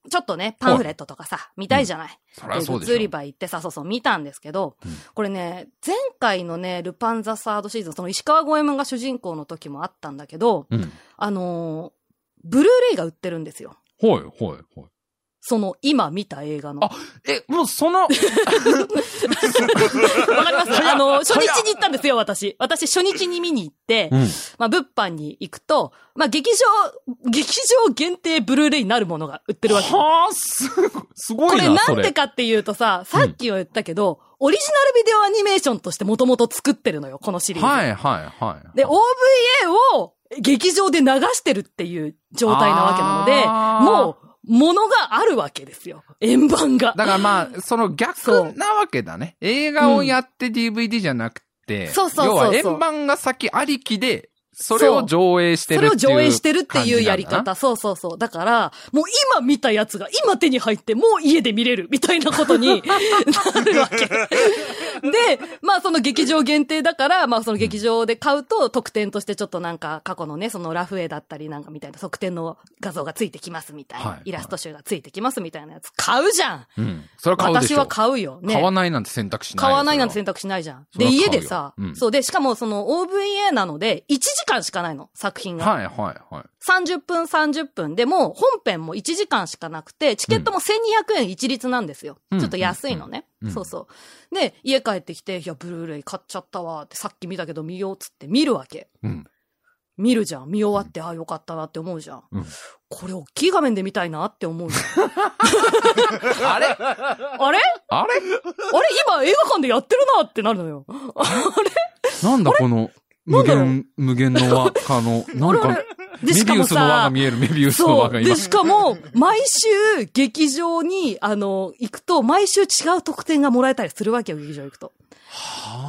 ちょっとね、パンフレットとかさ、見たいじゃない。
そりゃ
で
そうで
グッズ売り
しょ。
場行ってさ、そうそう、見たんですけど、
うん
これね、前回のね、ルパンザサードシーズン、その石川五右衛門が主人公の時もあったんだけど、
うん。
あのーブルーレイが売ってるんですよ。
ほいほいほい。
その、今見た映画の。
あ
わ
え、もうその、
かりますあのー初日に行ったんですよ、私。私、初日に見に行って、
うん。
まあ、物販に行くと、まあ、劇場、劇場限定ブルーレイになるものが売ってるわけ。
はあ、すごい、すご
こ
い
れ
な、
な
そ
んで
れ。
かっていうとさ、さっきは言ったけど、オリジナルビデオアニメーションとしてもともと作ってるのよ、このシリーズ。
はいはいはい。
で、OVA を劇場で流してるっていう状態なわけ
あ
な
ー
ので、もう、ものがあるわけですよ。円盤が。
だからまあ、その
そ
逆
う
なわけだね。映画をやって DVD じゃなくて、
そうそうそう
要は
そう
円盤が先ありきで、それを上映して
そ
る
れ
っ
を
ていう。
上映してるっていうやり
感じなんだな。
方。そうそうそう。だから、もう今見たやつが今手に入って、もう家で見れるみたいなことに なるわけ。で、まあその劇場限定だから、まあその劇場で買うと特典としてちょっとなんか過去のね、そのラフ絵だったりなんかみたいな特典の画像がついてきますみたいな、
はい
イラスト集がついてきますみたいなやつ買うじゃん
うん。それは買うでし
私
ょ。
は買うよ。ね。
買わないなんて選択肢ないよ。
買わないなんて
それ
選
は
択しないじゃん。
それは買
で、
うよ
家でさ、
うん
そうで、しかもその OVA なので、1時間しかないの、作品が。
はいはいはい。
30分30分でもう本編も1時間しかなくて、チケットも1200円一律なんですよ。
うん
ちょっと安いのね、
うんうん
そうそう。で、家帰ってきて、いや、ブルーレイ買っちゃったわって、さっき見たけど見ようっつって見るわけ。
うん。
見るじゃん。見終わって、ああ、よかったなって思うじゃん。
うん
これ、大きい画面で見たいなって思うじ
あれ
ゃん。あれ
あれ
あれ今映画館でやってるなってなるのよ。
なんだこの、無
なん
限、無限の輪かの、なん
あれあ
か
れ、
メ
で、しか
ビ
も
ウスの輪が
さ、
見える、メビウスの
そ
輪
う。
が今
で、。しかも、毎週、劇場に、あの、行くと、毎週違う特典がもらえたりするわけよ、劇場行くと。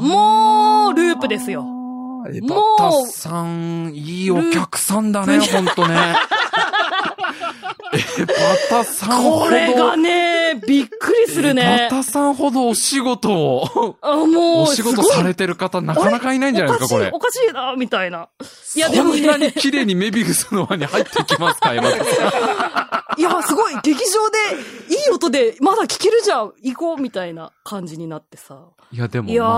もう、ループですよ。
もう
もう
バタさん、いいお客さんだね、ほんとね。え、バタさんほど、
これがね、びっくりする
バ
ね。
タさんほどお仕事を、
あ、もう、
お仕事
すごい
されてる方なかなかいないんじゃないですか、これ
お。かしい、おかしいな、みたいな。いや、で
そ
もね、
んな に綺麗にメビウスの輪に入ってきますか、今。
いや、すごい、劇場で、いい音で、まだ聞けるじゃん、行こう、みたいな感じになってさ。
いや、でも、
いや
ま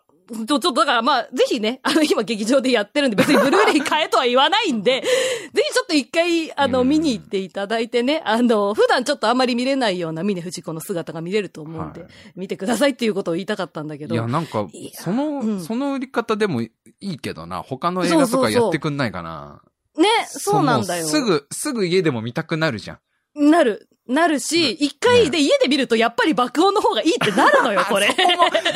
あ
ー。ちょ、ちょっとだからまあ、ぜひね、あの、今劇場でやってるんで、別にブルーレイ買えとは言わないん で、ぜひちょっと一回、あ
う
の、
ん
見に行っていただいてね、あの、普段ちょっとあんまり見れないような峰藤子の姿が見れると思うんで、
はい
見てくださいっていうことを言いたかったんだけど。
いや、なんか
いや、
その、
うん
その売り方でもいいけどな、他の映画とかやってくんないかな。
ね、そうなんだよ。
そのすぐ、すぐ家でも見たくなるじゃん。
なる。なるし、一回で家で見るとやっぱり爆音の方がいいってな るのよ、これ。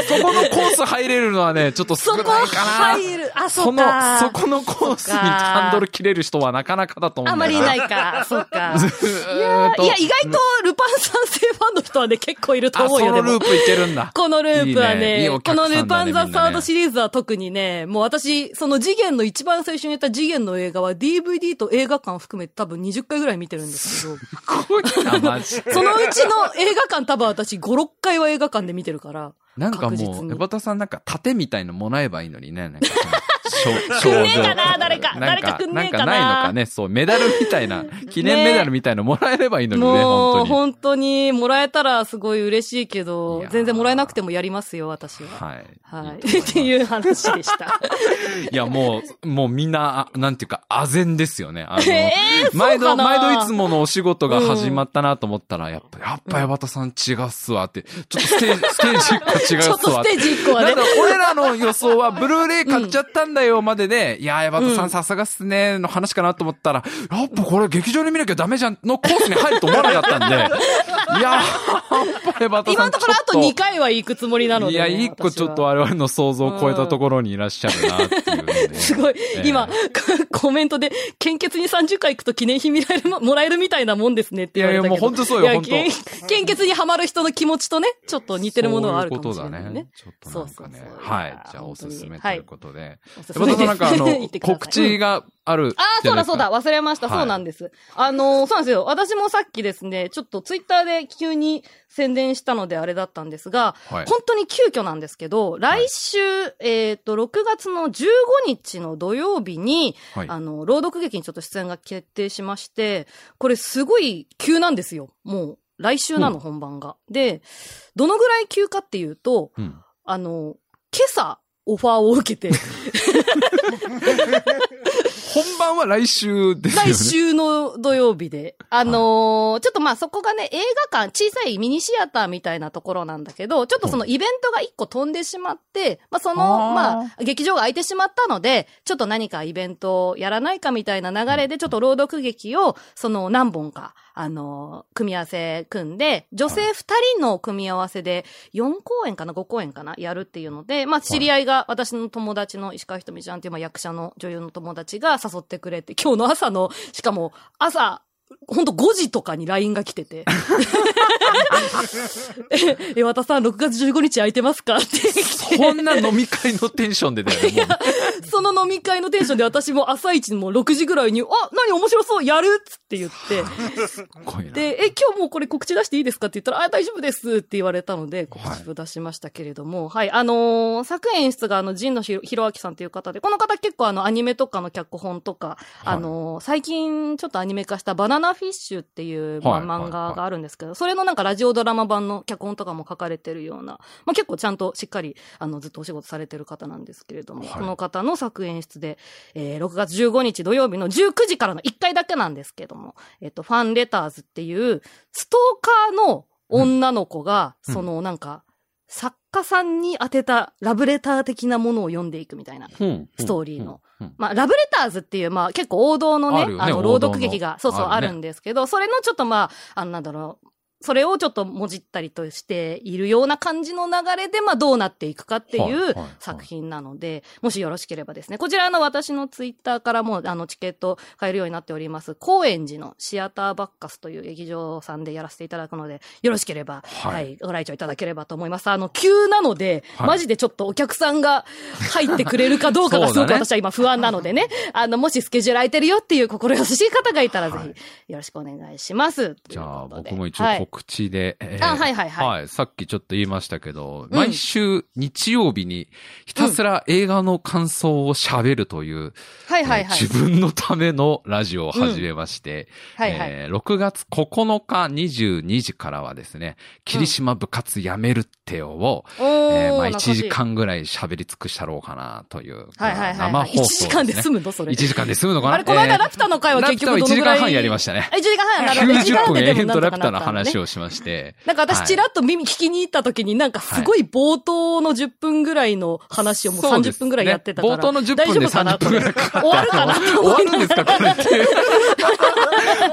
そこのコース入れるのは ね、ちょっと
そ
少な
こ
いかな。
入る。あ、そ
そう
か。
の、そこのコースにハンドル切れる人はなかなかだと思
あ
うん
ま
だよ
りいないか。そうか。
ずーっと
いや、意外とルパン三世ファンの人人はね、結構いると
あ、
思う
そ
よ、
の
で
ルー
も。
プいけるん だ。
このループはい
い
ね、
ねいいお
こ
客さ
の
んだね
ルパンザサードシリーズは特にね、もう私、その次元の一番最初にやった次元の映画は DVD と映画館を含めて多分20回ぐらい見てるんです けど。
こいな、マジで
そのうちの映画館多分私5、6回は映画館で見てるから。
なんか
確
も
実
う、
に
エバタさんなんか盾みたいのもらえばいいのにね。なんかその賞
くんねえ
賞状
かな誰か
なん
誰かくんねえかな
か
ん
ないのかね。そう、メダルみたいな、記念メダルみたいのもらえればいいのにね、
も
本当
う
に。
本当にもらえたらすごい嬉しいけ
い
ど
や、ー
全然もらえなくてもやりますよ、私は。
はい。
はい。
と思
っていう話でした。
いや、もう、もうみんな、あなんていうか、唖然ですよね。あの、
えー
毎
そ
度、
うかな
毎度いつものお仕事が始まったなと思ったら、やっぱ、やっぱ、矢端さん違うっすわって、ちょっとステージ、 ステージ1個
ち
違
ょ
う
っ
っす
と
わ
ス
って
テ。ージ1個は
な
ね
んか。俺らの予想は、ブルーレイ買っちゃったんだよまでで、いやー、エバタさんさすがっすね、の話かなと思ったら、やっぱこれ劇場で見なきゃダメじゃん、のコースに入ると思わなかった んで、いやー、やっぱエバタさん
今のところあと2回は行くつもりなので
い
ね。
や、一個ちょっと
私は
我々の想像を超えたところにいらっしゃるなっていうので、
すごい
え、え
今、 コメントで、献血に30回行くと記念品見られるも、もらえるみたいなもんですねって言われたけど。
いやいやもう本当そうよ
いや
本当
献献血にハマる人の気持ちとね、ちょっと似てるものはあるかもしれな
そうこ
いう
とだ
ね
ね。。ちょっとなんかね。
そうそうそう
はい
いや。
じゃあお
本当
す
に
すめと
はい
いうことで。
おすす
山
め
田
で
さ
す
んなんかあ
言
の
って、ください
告知がある。
ああ、そうだそうだ、。忘れました。
はい
そうなんです。あのー、そうなんですよ。私もさっきですね、ちょっとツイッターで急に宣伝したのであれだったんですが、
はい
本当に急遽なんですけど、来週、えっ、と、6月の15日の土曜日に、
はい
あの、朗読劇にちょっと出演が決定しまして、これすごい急なんですよ。もう、来週なの、
うん
本番が。で、どのぐらい急かっていうと、
うん。
あの、今朝、オファーを 受けて、
本番は来週ですよね。
来週の土曜日で。あのーちょっとまあそこがね、映画館、小さいミニシアターみたいなところなんだけど、ちょっとそのイベントが一個飛んでしまって、まあその、
あー
まあ、劇場が空いてしまったので、ちょっと何かイベントをやらないかみたいな流れで、ちょっと朗読劇を、その何本か、あのー組み合わせ組んで、女性二人の組み合わせで、4公演かな、5公演かな、やるっていうので、まあ知り合いが、私の友達の石川ひとみちゃんっていうまあ役者の女優の友達が誘ってくれて、今日の朝の、しかも朝、ほんと5時とかに LINE が来 て て。え、岩田さん6月15日空いてますかって来て。
こんな飲み会のテンションでだよね。もう
その飲み会のテンションで私も朝一もう6時ぐらいに、あ、何面白そう、やるっつって言って。
こういうの
で、え、今日もうこれ告知出していいですかって言ったら、あ、大丈夫ですって言われたので、告知を出しましたけれども、はい、あのー作演出があの、陣野ひろひろあきさんという方で、この方結構あの、アニメとかの脚本とか、
はい
あのー最近ちょっとアニメ化したバナナフィッシュっていう、
はい
まあ漫
はいは
画
い
があるんですけど、それのなんかラジオドラマ版の脚本とかも書かれてるような、まあ結構ちゃんとしっかり、あの、ずっとお仕事されてる方なんですけれども、
はい
この方の作演出で、えー6月15日土曜日の19時からの1回だけなんですけども、えっ、と、ファンレターズっていう、ストーカーの女の子が、
うん
そのなんか、作家さんに当てたラブレター的なものを読んでいくみたいな。
うん
ストーリーの。
うんうん
まあ、ラブレターズっていう、まあ、結構王道のね、
あ
あ
るよね
の、朗
王道の
読劇が、そうそう、
あ
あ
るね
るんですけど、それのちょっとまあ、あの、なんだろう、それをちょっともじったりとしているような感じの流れで、まあ、どうなっていくかってい
はいは
う
いはい
作品なので、もしよろしければですね、こちらの私のツイッターからも、あの、チケット買えるようになっております、高円寺のシアターバッカスという劇場さんでやらせていただくので、よろしければ、
は
はいい、ご来場いただければと思います。あの、急なので、
はい
マジでちょっとお客さんが入ってくれるかどうかがす
そう
ごく
だね
私は今不安なの でね、あの、もしスケジュール空いてるよっていう心優しい方がいたら、ぜひ、よろしくお願いします。
じゃあ
ということで
僕も一応
はい、
告知で。えー
あはいはいはい
さっきちょっと言いましたけど、
うん
毎週日曜日にひたすら映画の感想を喋るという、
はいはいはい
自。分のためのラジオを始めまして、
はいはい。
えー6月9日22時からはですね、霧島部活やめるってよを、
お
えーまあ
懐かし
1
い
時。間ぐらい喋り尽くしたろうかなという、
はいはいはい
生
は
放
い。
送です、
1時
ね。
間で済むのそれ。
1時間で済むのかな
あれ、この間
えー
ラピュタの回は結局どのぐら
ラピュタはい1時間半やりましたね
あ1時間半やなるほど
90分
1時間半で
永
で
遠
も
と
な
ラ
ん
ピュ
とか
タ
な
の
ったね
話をしまして。
なんか私、
はい
ちらっと耳聞きに行った時に、なんかすごい冒頭の10分ぐらいの話をもう
そうです
30分ぐらいやってたから。
ね冒頭の10分で
大丈夫かな
30分ぐらいかかって
終わるかな
終わるんですかこれって。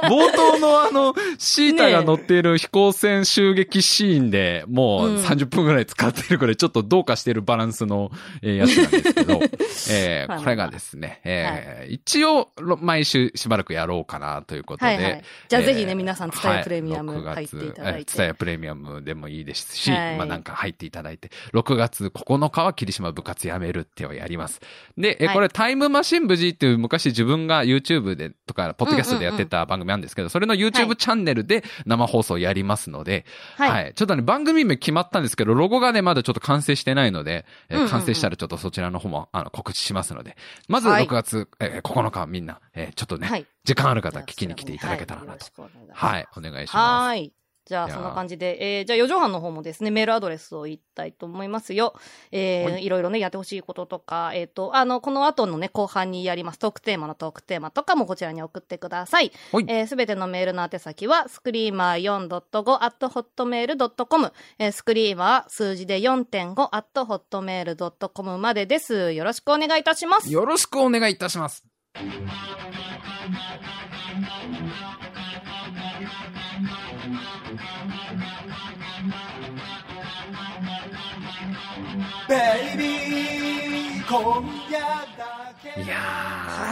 冒頭のあの、シータが乗っている飛行船襲撃シーンで、もう
うん
30分ぐらい使ってるこれ、ちょっとどうかしてるバランスの、えーやつなんです けど、えーこれがですね、えー一応、ろ毎週しばらくやろうかなということで、
はいはい。じゃあぜひね、
えー
皆さん、伝えプレミアム
はい
入っ
月、
入っていただいて
えツタヤプレミアムでもいいですし、
はい
まあなんか入っていただいて、6月9日は霧島部活やめるってをやります。で、え、
はい
これタイムマシン部 G っていう昔自分が YouTube でとか、ポッドキャストでやってた番組なんですけど、それの
は
YouTube チャンネルで生放送やりますので、
は。
はいい、ちょっとね、番組名決まったんですけど、ロゴがね、まだちょっと完成してないので、えー
うんうんうん
完成したらちょっとそちらの方も、あの、告知しますので、まず
はい
6月、えー9日はみんな、えーちょっとね、
はい
時間ある方は聞きに来ていただけたらなと。。
はい。
はい、お願いし
は
ます。
ーい。じゃあ、
いやー
そんな感じで、えー、じゃあ、四畳半の方もですね、メールアドレスを言いたいと思いますよ。えー、
はい
ろいろね、やってほしいこととか、えっ、と、あの、この後のね、後半にやります、トークテーマのトークテーマとかもこちらに送ってください。
はい
えー、すべてのメールの宛先は、スクリーマー 4.5.hotmail.com、えー、スクリーマーは数字で 4.5.hotmail.com までです。よろしくお願いいたします。
よろしくお願いいたします。
ベイビー今夜だけ
いやー、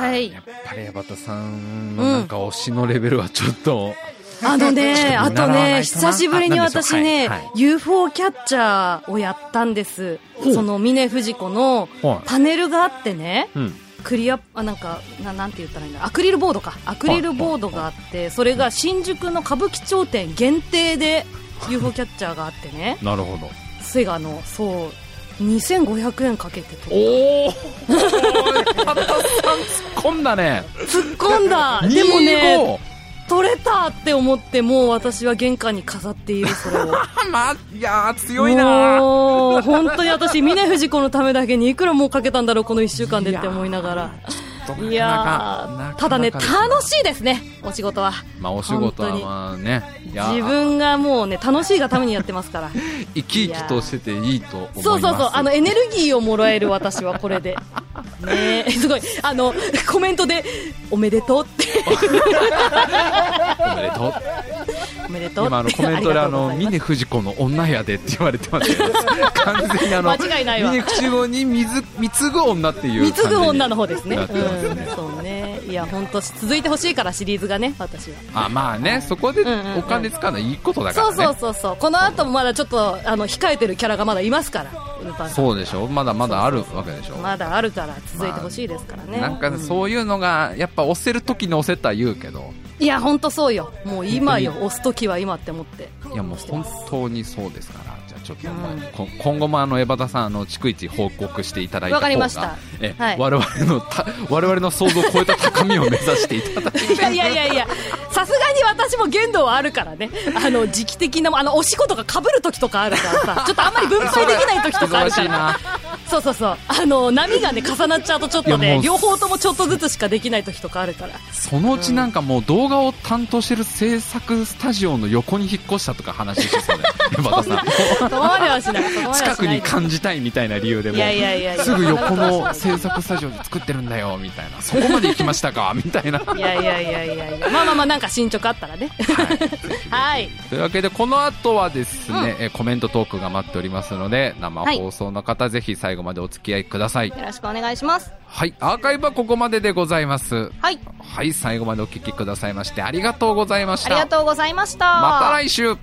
はい
やっぱり矢端さんのなんか推しのレベルはちょっと、
あのね、
ちょ
あ
っと見習わないとな
とね、久しぶりに
あなんでし
私
ょう
ね、
はいはい
UFO キャッチャーをやったんです。
う
その峰不二子の
は
パネルがあってね、
い。うん。
クリア、あ、なんか、ななんて言ったらいいんだアクリルボードか。アクリルボードがあって、それが新宿の歌舞伎町店限定で UFO キャッチャーがあって ね、
なるほど。
セガの、そう、2500円かけてと。
おお矢端さん突っ込んだね。
突っ込んだでもね、取れたって思って、もう私は玄関に飾っている、それを。
25まあ、いやー強いなー
もう本当に私、峰不二子のためだけにいくらもうかけたんだろう、この1週間でって思いなが ら。いやーただね、楽
い。
しいですね、お仕事は。
まあ、お仕事はまあね、いやー
自分がもうね、楽しいがためにやっ てますから。
生き生きとしてていいと思います。
そうそうそう、あの、エネルギーをもらえる私はこれ で。ねえ、すごい、あの、コメントで、おめでとうって、
おめでとう。
お めでとうって。
今あのコメントであの
りがとうございます
峰不二子の女やでって言われてますけど完全にあの
間違いないわ
峰不二子に水貢ぐ女っていう
貢ぐ女の
感
方ですね。
なってますね
うん、そうね。いや、本当続いてほしいから、シリーズがね、私は。
じあまあねそこで
んうんうん
お金使うのはいいことだか
そうそ
ら
う
ね
そうそう、この後もまだちょっとあの控えてるキャラがまだいますから、ルパンさん
そうでしょまだまだあるわけでしょ
まだあるから続いてほしいですからね、
なんか
う
そういうのがやっぱ押せる時に押せた言うけど
いや、本当そうよ、もう今よ
本、
押すときは今って思って、
いやもう本当にそうですからじゃあちょっともうこ今後もあの江端さんあの逐一報告していただいた
わかり
方
ました
がえ
はい
我々のた 我々の想像を超えた高みを目指していただき
いやいやいやいや、さすがに私も限度はあるからね、あの時期的なも、あのお仕事がかぶるときとかあるからさ、ちょっとあんまり分配できないときとかある
忙
か
しい
ら。
な
そうそうそうあの波がね重なっちゃうとちょっと
いや
ね
もう
両方ともちょっとずつしかできない時とかあるから
そのうちなんかもう動画を担当してる制作スタジオの横に引っ越したとか話してそうだよ 山田さんも
そこまではしないそ
う
こまでは
近
し
く
ない
に感じたいみたいな理由でも
いやいやいやいや
すぐ横の制作スタジオで作ってるんだよみたいなそこまで行きましたかみた いない
やいやいやいやいや、まあまあまあ、なんか進捗あったらね。 はい。
というわけでこの後はですね、えコメントトークが待っておりますので生放送の方、ぜひ最後までお付き合いください
よろしくお願いします。
はいアーカイブはここまででございます
はい。
はい最後までお聞きくださいましてありがとうございまし
あ
た
りがとうございました。
また来週